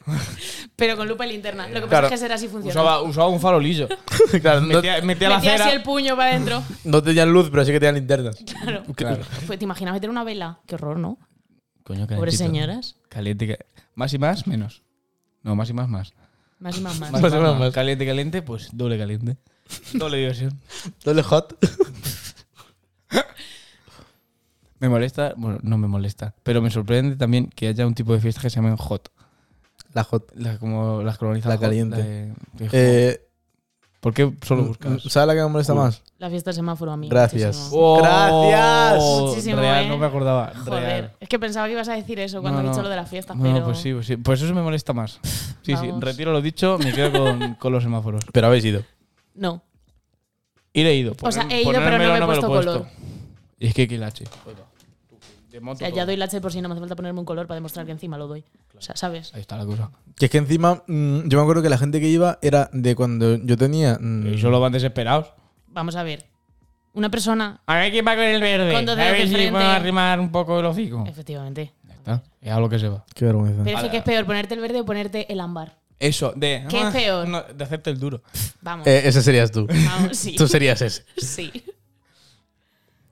(laughs) pero con lupa y linterna. Lo que pasa Claro. es que será así funciona. Usaba, usaba un farolillo. (laughs) Claro, no, Metía, metía la Metía así cera. el puño para adentro. no tenían luz, pero sí que tenían linternas. Claro. Claro. Pues, ¿Te imaginas meter una vela? Qué horror, ¿no? Coño, Pobres calentito. señoras. Caliente, ca- Más y más, menos. No, más y más, más. Más y más más. Más, Más y más, más, más. más. Caliente, caliente, pues doble (laughs) caliente. Doble diversión. Doble hot. Me molesta, bueno, no me molesta, pero me sorprende también que haya un tipo de fiesta que se llamen hot. La hot. Las como las colonizas. La hot, caliente. de- de- Eh, mm, ¿Por qué solo buscas? ¿Sabes la que me molesta Culo. más? La fiesta de semáforo a mí. Gracias. muchísimo. (laughs) ¡Oh! ¡Gracias! Muchísimo, Real, ¿eh? no me acordaba. Joder, Real. es que pensaba que ibas a decir eso cuando No, he dicho no. lo de las fiestas, No, pero. pues sí, pues sí. Pues eso me molesta más. Sí, sí. Vamos. Retiro lo dicho, me (laughs) quedo con, con los semáforos. Pero habéis ido. No. Ir he ido. O sea, poner- he ido, pero no me he ponérmelo lo puesto color. Y es que Kilache. De moto O sea, todo. ya doy la H por si no me hace falta ponerme un color para demostrar que encima lo doy. O sea, ¿sabes? Ahí está la cosa. Que es que encima, mm, yo me acuerdo que la gente que iba era de cuando yo tenía. mm, Y solo van desesperados. Vamos a ver. Una persona, A ver quién va con el verde. Con dos a dedos ver de si frente. va a arrimar un poco el hocico. efectivamente. Ya está. Es a lo que se va. Qué vergüenza. Pero es que, ¿qué es peor, ponerte el verde o ponerte el ámbar? Eso, Ah, de. ¿Qué es peor? no, de hacerte el duro. Vamos, Eh, ese serías (laughs) tú. vamos, (laughs) sí. Tú serías ese. Sí.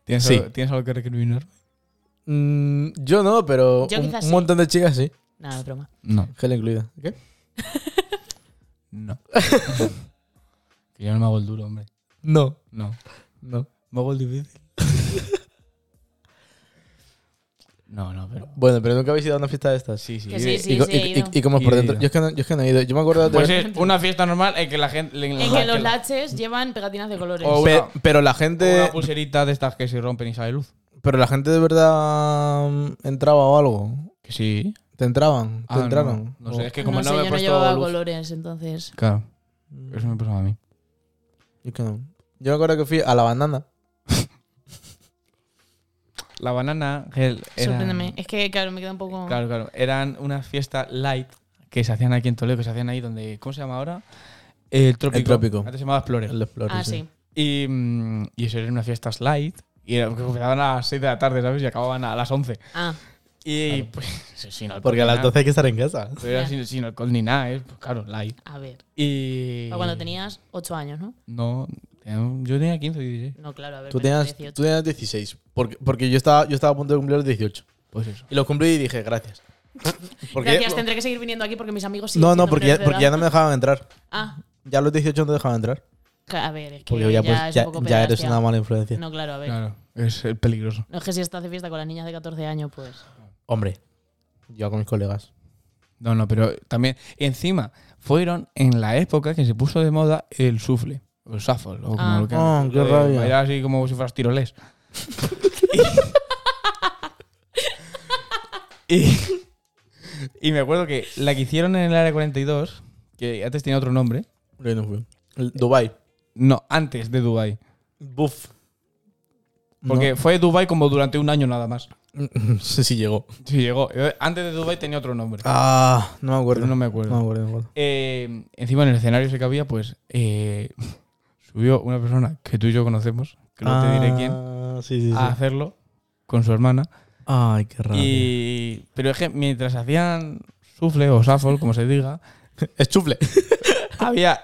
¿Tienes, Sí. algo, ¿Tienes algo que recriminar? Mm, yo no, pero Yo un, quizás un sí. montón de chicas sí. Nada, es broma. No, Gel incluida. ¿Qué? no. (laughs) que yo no me hago el duro, hombre. No, No. no. ¿Me hago el difícil? (laughs) no, no, pero. Bueno, pero nunca habéis ido a una fiesta de estas. Sí, sí. Que sí, sí, y, co- sí, y- he ido. y- y cómo es por He dentro. ido. Yo es, que no, yo es que no he ido. Yo me acuerdo de. Pues es una fiesta normal en que la gente. en En la que los que- laches llevan pegatinas de colores. O- Pe- una- pero la gente. Una pulserita de estas que se rompen y sale luz. Pero la gente de verdad mm, entraba o algo. Que sí. ¿Te entraban? ¿Te Ah, no, entraron? No, O- sé, es que como no no, sé, me yo he no puesto llevaba luz- colores, entonces. Claro, Mm, eso me pasaba a mí. yo que no. Yo me acuerdo que fui a la banana. La banana gel era- Sorpréndeme. Es que, claro, me queda un poco. Claro, claro. Eran unas fiestas light que se hacían aquí en Toledo, que se hacían ahí donde. ¿Cómo se llama ahora? El trópico. El Trópico. Antes se llamaba Flores. El Explorer, ah, sí. sí. Y, mm, y eso eran unas fiestas light. Y era- que empezaban a las 6 de la tarde, ¿sabes? Y acababan a las 11. Ah, Y pues. (laughs) Sin alcohol. Porque a ni las nada. 12 hay que estar en casa. (laughs) Pero era sin, sin alcohol ni nada, ¿eh? Pues claro, light. a ver. Y. Para cuando tenías 8 años, ¿no? No, tenía- yo tenía 15 o 16. No, claro, a ver. Tú pero tenías, 18. tú tenías 16. Porque, porque yo, estaba, yo estaba a punto de cumplir los 18. Pues eso. Y los cumplí y dije, gracias. Porque- Gracias, tendré que seguir viniendo aquí porque mis amigos sí. no, no, porque ya, porque ya no me dejaban entrar. Ah, Ya a los 18 no te dejaban entrar. a ver, es que. Porque ya, pues, es ya, un poco ya eres pederastia. una mala influencia. No, claro, a ver. Claro, es el peligroso. No es que si estás de fiesta con las niñas de 14 años, pues. Hombre, yo con mis colegas. No, no, pero también. Y encima, fueron en la época que se puso de moda el sufle, o el shuffle, o como Ah. lo que Ah, qué lo de rabia. bailar así como si fueras tirolés. (laughs) y, y- y me acuerdo que la que hicieron en el área 42, que antes tenía otro nombre, Yo no fui. El- Dubai. no, antes de Dubai, (laughs) Buf. porque fue Dubai como durante un año nada más. No sé si llegó. Sí, llegó. eh, Antes de Dubai tenía otro nombre. Ah, no me acuerdo. Pero no me acuerdo. No me acuerdo, no me acuerdo. Eh, encima en el escenario ese que había, pues eh, (laughs) subió una persona que tú y yo conocemos, que no te diré quién, Ah, Sí, sí, sí. a hacerlo con su hermana. Ay, qué Ah, rabia. Y, pero es que mientras hacían sufle o shuffle, como se diga, Es chufle. había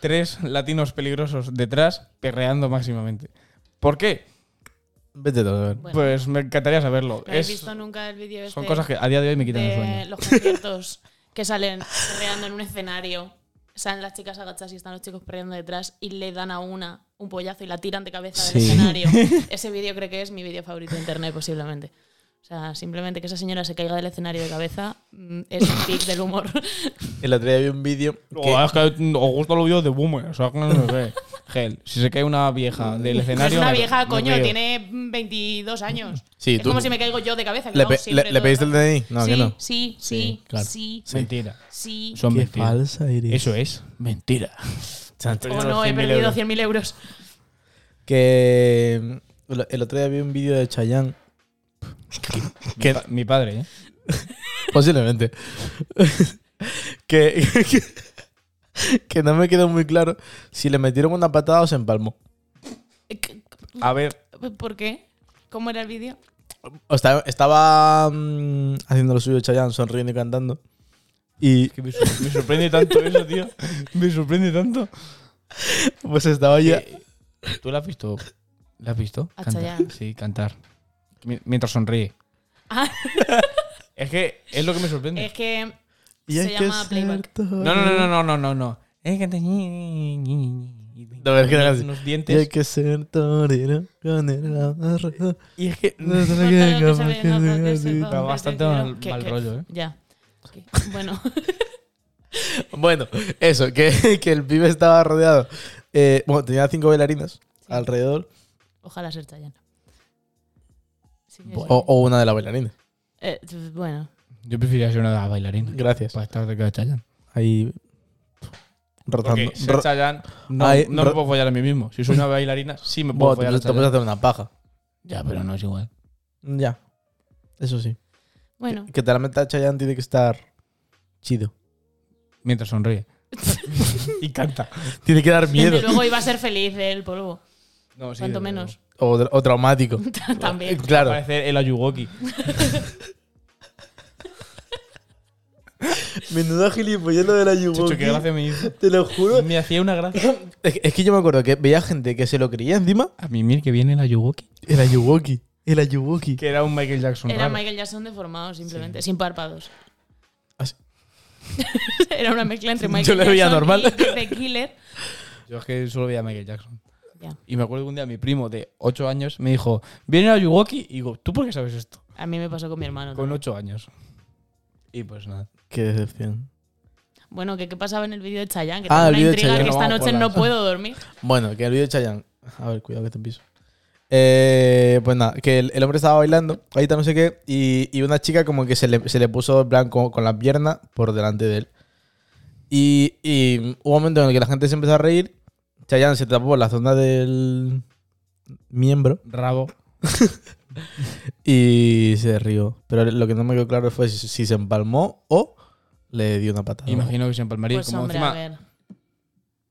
tres latinos peligrosos detrás perreando máximamente. ¿Por qué? Vete a ver. Bueno, Pues me encantaría saberlo. ¿no habéis Es- visto nunca el vídeo son este cosas que a día de hoy me quitan el de sueño. los conciertos que salen perreando en un escenario? Salen las chicas agachadas y están los chicos perreando detrás y le dan a una un pollazo y la tiran de cabeza del Sí. (laughs) escenario. Ese vídeo creo que es mi vídeo favorito de internet posiblemente. O sea, simplemente que esa señora se caiga del escenario de cabeza mm, es el pic del humor. El otro día vi un vídeo O que es que Augusto lo vio de boomer. O sea, que no (laughs) sé. Gel, si se cae una vieja del No es escenario. una me- vieja, me coño, río. tiene 22 años. Sí, es tú- como si me caigo yo de cabeza. Que le, lo pe- hago siempre, le- le todo pediste el rato. DNI. No, sí, que no. sí, sí, Sí, sí, claro. sí, Mentira. sí. Son Qué mentiras. falsa eres. Eso es mentira. Chacho. (laughs) O Oh, no, he 100.000 perdido euros. 100.000 euros. Que mm, el el otro día vi un vídeo de Chayanne. Mi, pa- mi padre, ¿eh? Posiblemente. (laughs) que, (laughs) que- que no me quedó muy claro si le metieron una patada o se empalmó. A ver, Eh, ¿Por qué? ¿Cómo era el vídeo? (laughs) O estaba, estaba mm, haciendo lo suyo Chayanne, sonriendo y cantando. Y que me, sor- me sorprende tanto eso, tío. Me sorprende tanto. pues estaba yo. Eh, ¿Tú la has visto? ¿La has visto? A Cantar. Chayanne. Sí, cantar. Mi- Mientras sonríe. Ah. Es que es lo que me sorprende. Es que y se hay que llama ser playback. todo- No, no, no, no, no, no, no, no. Es que te- No, es que era así. unos Y hay dientes. que ser torero con el amor. Y es que No sé Con qué, todo lo que capaz se que ve, no, sea con que así. se va, Da bastante que- mal- que- mal que- rollo, ¿eh? Ya. Que- (laughs) Bueno, Bueno, eso, que, (laughs) que el pibe estaba rodeado. eh, bueno, tenía cinco bailarinas alrededor. ojalá ser Chayanne. Sí, sí. O, o una de las bailarinas. Eh, bueno, Yo preferiría ser una bailarina. Gracias. Para estar de cada Chayanne. Ahí. Rozando. Porque ser Ro- Chayanne no, Ay, no me ro- puedo follar a mí mismo. Si soy una bailarina, sí me puedo Bueno, follar te, a te puedes Chayanne. hacer una paja. Ya, pero no es igual. Mm, Ya. Eso sí. bueno. Que te la meta Chayanne tiene que estar chido. (laughs) Mientras sonríe. (laughs) y canta. Tiene que dar Desde miedo. luego iba a ser feliz del polvo. (laughs) No, sí, Cuanto desde menos. luego. O, (laughs) o traumático. (laughs) También. Va a Claro. Parecer el Ayugoki. Menudo gilipollez lo de la Chucho, Yuwoki. qué gracia me hizo. Te lo juro. Me hacía una gracia. Es que, es que yo me acuerdo que veía gente que se lo creía encima. A mí, mir que viene el Ayugoki. El Ayuwoki. El Ayuwoki. Que era un Michael Jackson Era raro. Michael Jackson deformado, simplemente, sin párpados. Así. (laughs) Era una mezcla entre Michael Ah, Yo le veía Jackson normal. y The Killer. Yo es que solo veía a Michael Jackson. Ya. Y me acuerdo que un día mi primo de 8 años me dijo, viene el Ayugoki. Y digo, ¿tú por qué sabes esto? A mí me pasó con mi hermano. Con también. 8 años. Y pues nada. Qué decepción. Bueno, que qué pasaba en el vídeo de Chayanne, que Ah, tengo el una vídeo de intriga Chayanne, que esta vamos noche por no las- puedo dormir. Bueno, que el vídeo de Chayanne. A ver, cuidado que te piso. Eh, pues nada, que el, el hombre estaba bailando, ahorita no sé qué, y, y una chica como que se le, se le puso en plan con, con la pierna por delante de él. Y, y hubo un momento en el que la gente se empezó a reír. Chayanne se tapó la zona del miembro Rabo. y se rió. Pero lo que no me quedó claro fue si, si se empalmó o le dio una patada. Imagino que se empalmaría. Pues como hombre, encima, a ver.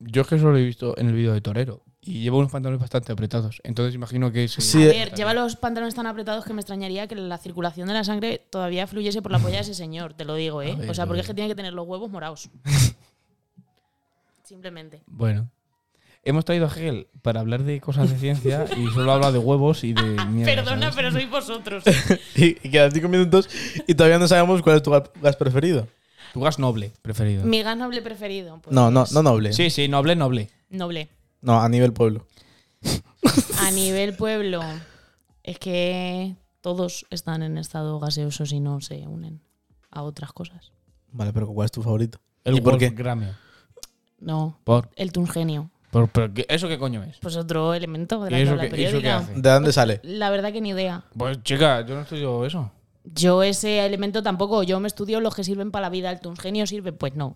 Yo es que solo lo he visto en el vídeo de Torero. Y lleva unos pantalones bastante apretados. Entonces imagino que se- Sí. A eh, ver, lleva los pantalones tan apretados que me extrañaría que la circulación de la sangre todavía fluyese por la polla de ese señor, te lo digo, ¿eh? A ver, o sea, a porque es que ver. tiene que tener los huevos (laughs) morados. Simplemente. Bueno. Hemos traído a Hegel para hablar de cosas de ciencia y solo habla de huevos y de (laughs) mierda. Perdona, ¿sabes? pero sois (laughs) vosotros. (laughs) Y, y quedan cinco minutos y todavía no sabemos cuál es tu gas preferido. Tu gas noble preferido. Mi gas noble preferido. pues, No, no, no noble. Sí, sí, noble, noble. Noble. No, a nivel pueblo. A nivel pueblo, es que todos están en estado gaseoso si no se unen a otras cosas. Vale, pero ¿cuál es tu favorito? El ¿Y por qué? Wolframio. No, Por, el tungenio. por- pero ¿qué- ¿Eso qué coño es? Pues otro elemento de ¿Y la eso tabla qué- eso qué periódica. hace? ¿De dónde sale? La verdad que ni idea. Pues chica, yo no estudio eso. Yo ese elemento tampoco, yo me estudio los que sirven para la vida. ¿El tungenio sirve? Pues no.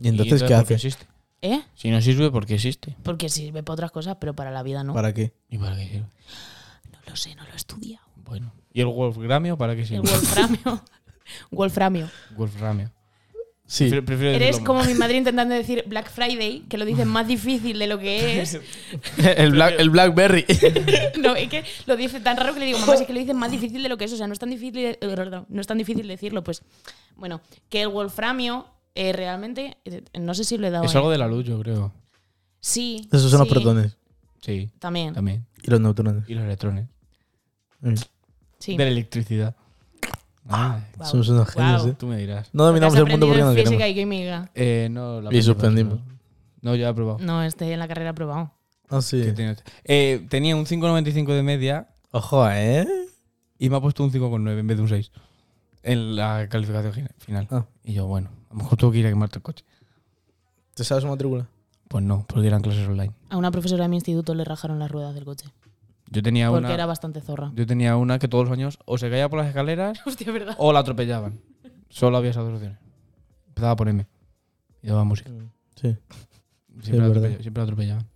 ¿Y entonces qué por hace? existe? ¿Eh? Si no sirve, ¿por qué existe? Porque sirve para otras cosas, pero para la vida no. ¿Para qué? ¿Y para qué sirve? No lo sé, no lo he estudiado. Bueno. ¿Y el Wolframio para qué El sirve? (laughs) wolframio. wolframio. Wolframio. Sí. Prefiero- prefiero Eres decirlo como mi madre intentando decir Black Friday, que lo dices más difícil de lo (laughs) que es. (laughs) El, Black- el Blackberry. (laughs) No, es que lo dice tan raro que le digo, mamá, es que lo dices más difícil de lo que es. O sea, no es tan difícil, eh, perdón, no es tan difícil decirlo, pues. Bueno, que el wolframio eh, realmente, eh, no sé si lo he dado. Es eh. algo de la luz, yo creo. Sí. (laughs) Esos son los sí, protones Sí, También. también. y los neutrones. Y los electrones. Mm. Sí. De la electricidad. Ah, Guau. Somos unos genios, Guau. ¿eh? tú me dirás. No dominamos Has el mundo porque aprendido no en queremos. física y química. Eh, no, la Y suspendimos. No, ya he Mm. probado. No, este en la carrera he probado. Ah, sí. Que tenía- Eh, tenía un 5,95 de media Ojo, ¿eh? y me ha puesto un 5,9 en vez de un 6 en la calificación gine- final. Ah. Y yo, bueno, a lo mejor tuve que ir a quemarte el coche. ¿Te sabes su matrícula? Pues no, porque eran clases online. A una profesora de mi instituto le rajaron las ruedas del coche. Yo tenía Porque una era bastante (laughs) zorra. yo tenía una que todos los años o se caía por las escaleras Hostia, ¿verdad? o la atropellaban. Solo había esas dos opciones. Empezaba a ponerme. Y daba música. Sí. Siempre, la, verdad. atropella- siempre la atropellaban.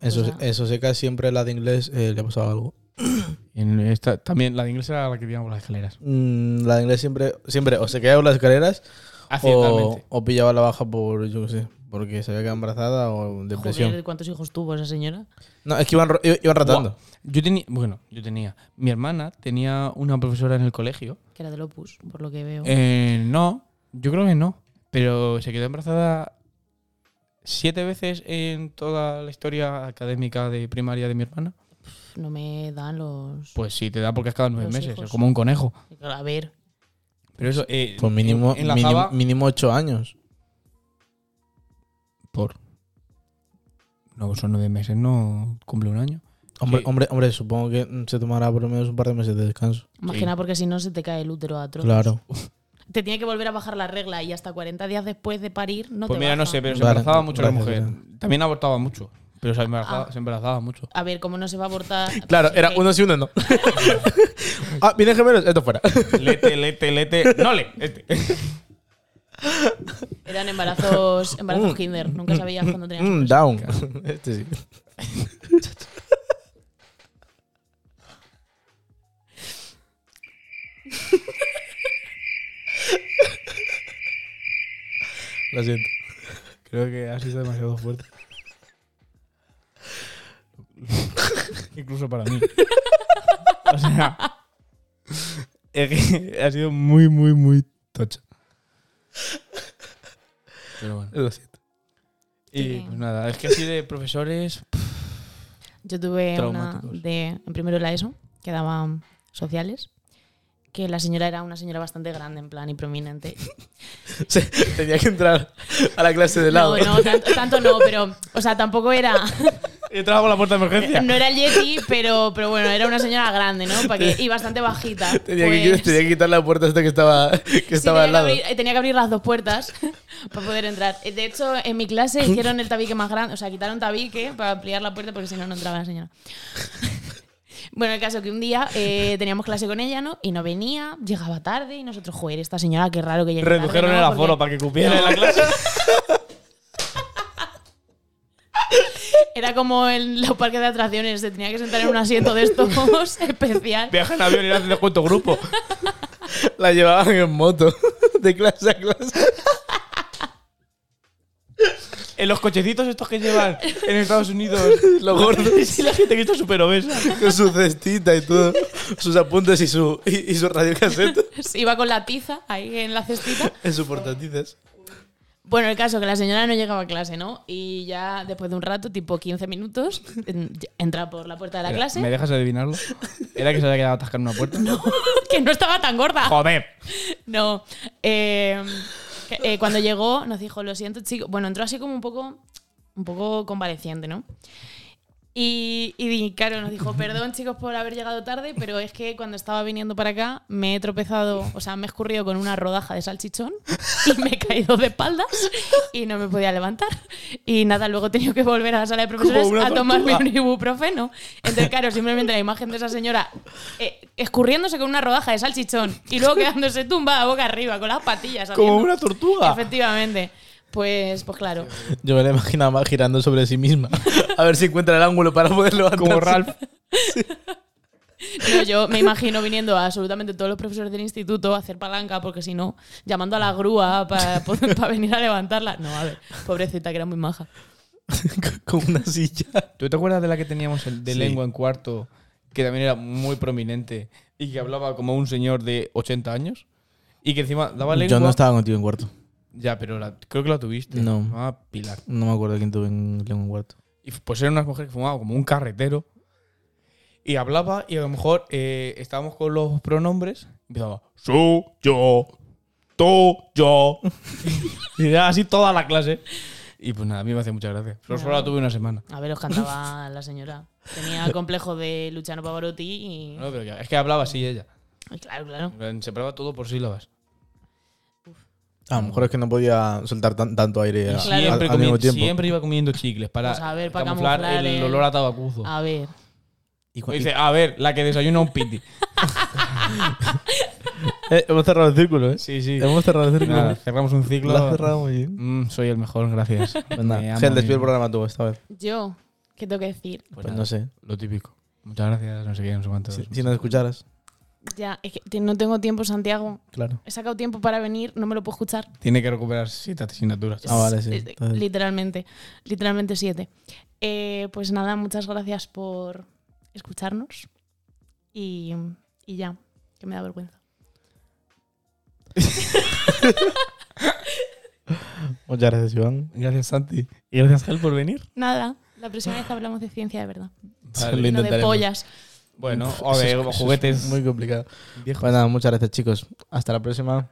Eso, Pues nada. eso seca siempre la de inglés eh, le ha pasado algo. Y en esta, también la de inglés era la que íbamos por las escaleras. Mm, la de inglés siempre, siempre o se quedaba por las escaleras o, Accidentalmente. o pillaba la baja por, yo qué sé, porque se había quedado embarazada o depresión. Joder, ¿cuántos hijos tuvo esa señora? No, es que iban, ro- i- iban ratando. Buah. Yo tenía, bueno, yo tenía. Mi hermana tenía una profesora en el colegio. Que era del Opus, por lo que veo. Eh, no, yo creo que no. Pero se quedó embarazada siete veces en toda la historia académica de primaria de mi hermana. no me dan los... Pues sí, te da porque es cada nueve Los meses, hijos. es como un conejo. A ver, Pero eso, eh, Pues mínimo, en la mínimo, mínimo ocho años. por. No, son nueve meses, no cumple un año. Hombre, Sí. hombre, hombre, supongo que mm, se tomará por lo menos un par de meses de descanso. más Sí. que nada porque si no se te cae el útero a trozos. Claro. Te tiene que volver a bajar la regla y hasta 40 días después de parir no pues te mira, no baja. sé, pero se Vale, embarazaba mucho la gracias, mujer. También abortaba mucho, pero se embarazaba, Ah. se embarazaba mucho. A ver, como no se va a abortar... (laughs) Claro, era Sí. uno sí, uno no. (laughs) ah, vienen gemelos, esto (laughs) fuera. Lete, lete, lete. (laughs) No le, este. Eran (laughs) embarazos, embarazos Mm. kinder. Nunca sabías cuándo tenías... Mm, down. (laughs) Este sí. Lo siento. Creo que ha sido demasiado fuerte. Incluso para mí. O sea, es que ha sido muy, muy, muy tocha. Pero bueno. Lo siento. Y pues nada, es que así de profesores. pues Yo tuve una Traumáticos. de, en primero la ESO, que daba mm, sociales, que la señora era una señora bastante grande, en plan, y prominente. Sí, tenía que entrar a la clase (laughs) de lado. No, no, tanto, tanto no, pero, o sea, tampoco (laughs) era, Entraba por la puerta de emergencia. no era el Yeti, pero, pero bueno, era una señora grande, ¿no? Pa' que- y bastante bajita. Tenía, que, Pues, tenía que quitar la puerta esta que estaba, (laughs) que sí, estaba tenía al lado. Que abrir, eh, tenía que abrir las dos puertas (laughs) para poder entrar. Eh, De hecho, en mi clase hicieron el tabique más grande, o sea, quitaron tabique para ampliar la puerta porque si no, no entraba la señora. (laughs) Bueno, el caso que un día eh, teníamos clase con ella, ¿no? Y no venía, llegaba tarde y nosotros, joder, esta señora, qué raro que llegue tarde, Redujeron Ah, ¿no? el Porque- aforo para que cupiera en (laughs) la clase. Era como en los parques de atracciones, se tenía que sentar en un asiento de estos (laughs) especial. Viajan en avión y no hacen descuento grupo. (laughs) La llevaban en moto, (laughs) de clase a clase. En los cochecitos estos que llevan en Estados Unidos. (laughs) (laughs) Los gordos. Y la gente que está súper obesa. Con su cestita y todo, sus apuntes y su, y, y su radiocasete Se Iba con la tiza ahí en la cestita. en sus portatices. Bueno, el caso que la señora no llegaba a clase, ¿no? Y ya después de un rato, tipo 15 minutos, en- entra por la puerta de la Era- clase, (laughs) ¿Me dejas adivinarlo? ¿Era que se había quedado atascada en una puerta? que (laughs) no estaba tan gorda. ¡Joder! (laughs) No. Eh, que, eh, cuando llegó nos dijo, lo siento, chico. Bueno, entró así como un poco, un poco convaleciente, ¿no? Y, y di- claro, nos dijo, perdón chicos por haber llegado tarde, pero es que cuando estaba viniendo para acá me he tropezado, o sea, me he escurrido con una rodaja de salchichón y me he caído de espaldas y no me podía levantar. Y nada, luego he tenido que volver a la sala de profesores una a tomarme tortuga. un (laughs) ibuprofeno. (laughs) Entonces, claro, simplemente la imagen de esa señora eh, escurriéndose con una rodaja de salchichón y luego quedándose tumbada boca arriba con las patillas. Como haciendo- (laughs) una tortuga. Efectivamente. Pues, pues claro. Yo me la imaginaba girando sobre sí misma. A ver si encuentra el ángulo para poder levantarse. Como Ralph. No, yo me imagino viniendo a absolutamente todos los profesores del instituto a hacer palanca, porque si no, llamando a la grúa (laughs) para venir a levantarla. No, a ver, pobrecita, que era muy maja. (laughs) Con una silla. ¿Tú te acuerdas de la que teníamos el de Sí. lengua en cuarto, que también era muy prominente y que hablaba como un señor de 80 años? Y que encima daba lengua. Yo no estaba contigo en cuarto. Ya, pero la- creo que la tuviste. No. Se llamaba Pilar. No me acuerdo quién tuve en en un cuarto. Y f- pues era una mujer que fumaba como un carretero. Y hablaba y a lo mejor eh, estábamos con los pronombres. y Empezaba su, yo, tú, yo. (laughs) y era así toda la clase. Y pues nada, a mí me hace mucha gracia. Pero solo la tuve una semana. A ver, os cantaba la señora. Tenía complejo de Luciano Pavarotti y. No, pero ya- es que hablaba así ella. Ay, Claro, claro. En plan, Separaba todo por sílabas. Ah, A lo mejor es que no podía soltar tan- tanto aire Y a- Claro. al- siempre, al, mismo comi- tiempo. siempre iba comiendo chicles para, Pues a ver, para camuflar, camuflar el, eh. el- olor a tabacuzo. Ah. A ver. Y cu- Y y- dice, a ver, la que desayuna un (laughs) piti. Eh, hemos cerrado el círculo, ¿eh? sí, sí. Hemos cerrado el círculo. Nada, cerramos un ciclo. Lo has cerrado muy bien. Mm, soy el mejor, gracias. (laughs) Pues nada, Me amo, Gel, despide el amigo. Pues programa tú esta vez. Yo, ¿qué tengo que decir? Pues, no sé. Lo típico. Muchas gracias, no sé qué, no sé cuánto. Si, si nos escucharas. Ya, es que te- no tengo tiempo, Santiago. Claro. He sacado tiempo para venir, no me lo puedo escuchar. Tiene que recuperar citas asignaturas. Ah, vale, sí. Eh, Entonces- Literalmente, literalmente siete. Eh, pues nada, muchas gracias por escucharnos y, y ya, que me da vergüenza. Muchas gracias, Iván. Gracias, Santi. Y gracias, Gel, por venir. Nada, la próxima vez hablamos de ciencia de verdad, Vale. Lo no de intentaremos. pollas. Bueno, Pff, o de (laughs) eso es- eso es juguetes. Muy complicado. Pues nada, muchas gracias, chicos. Hasta la próxima.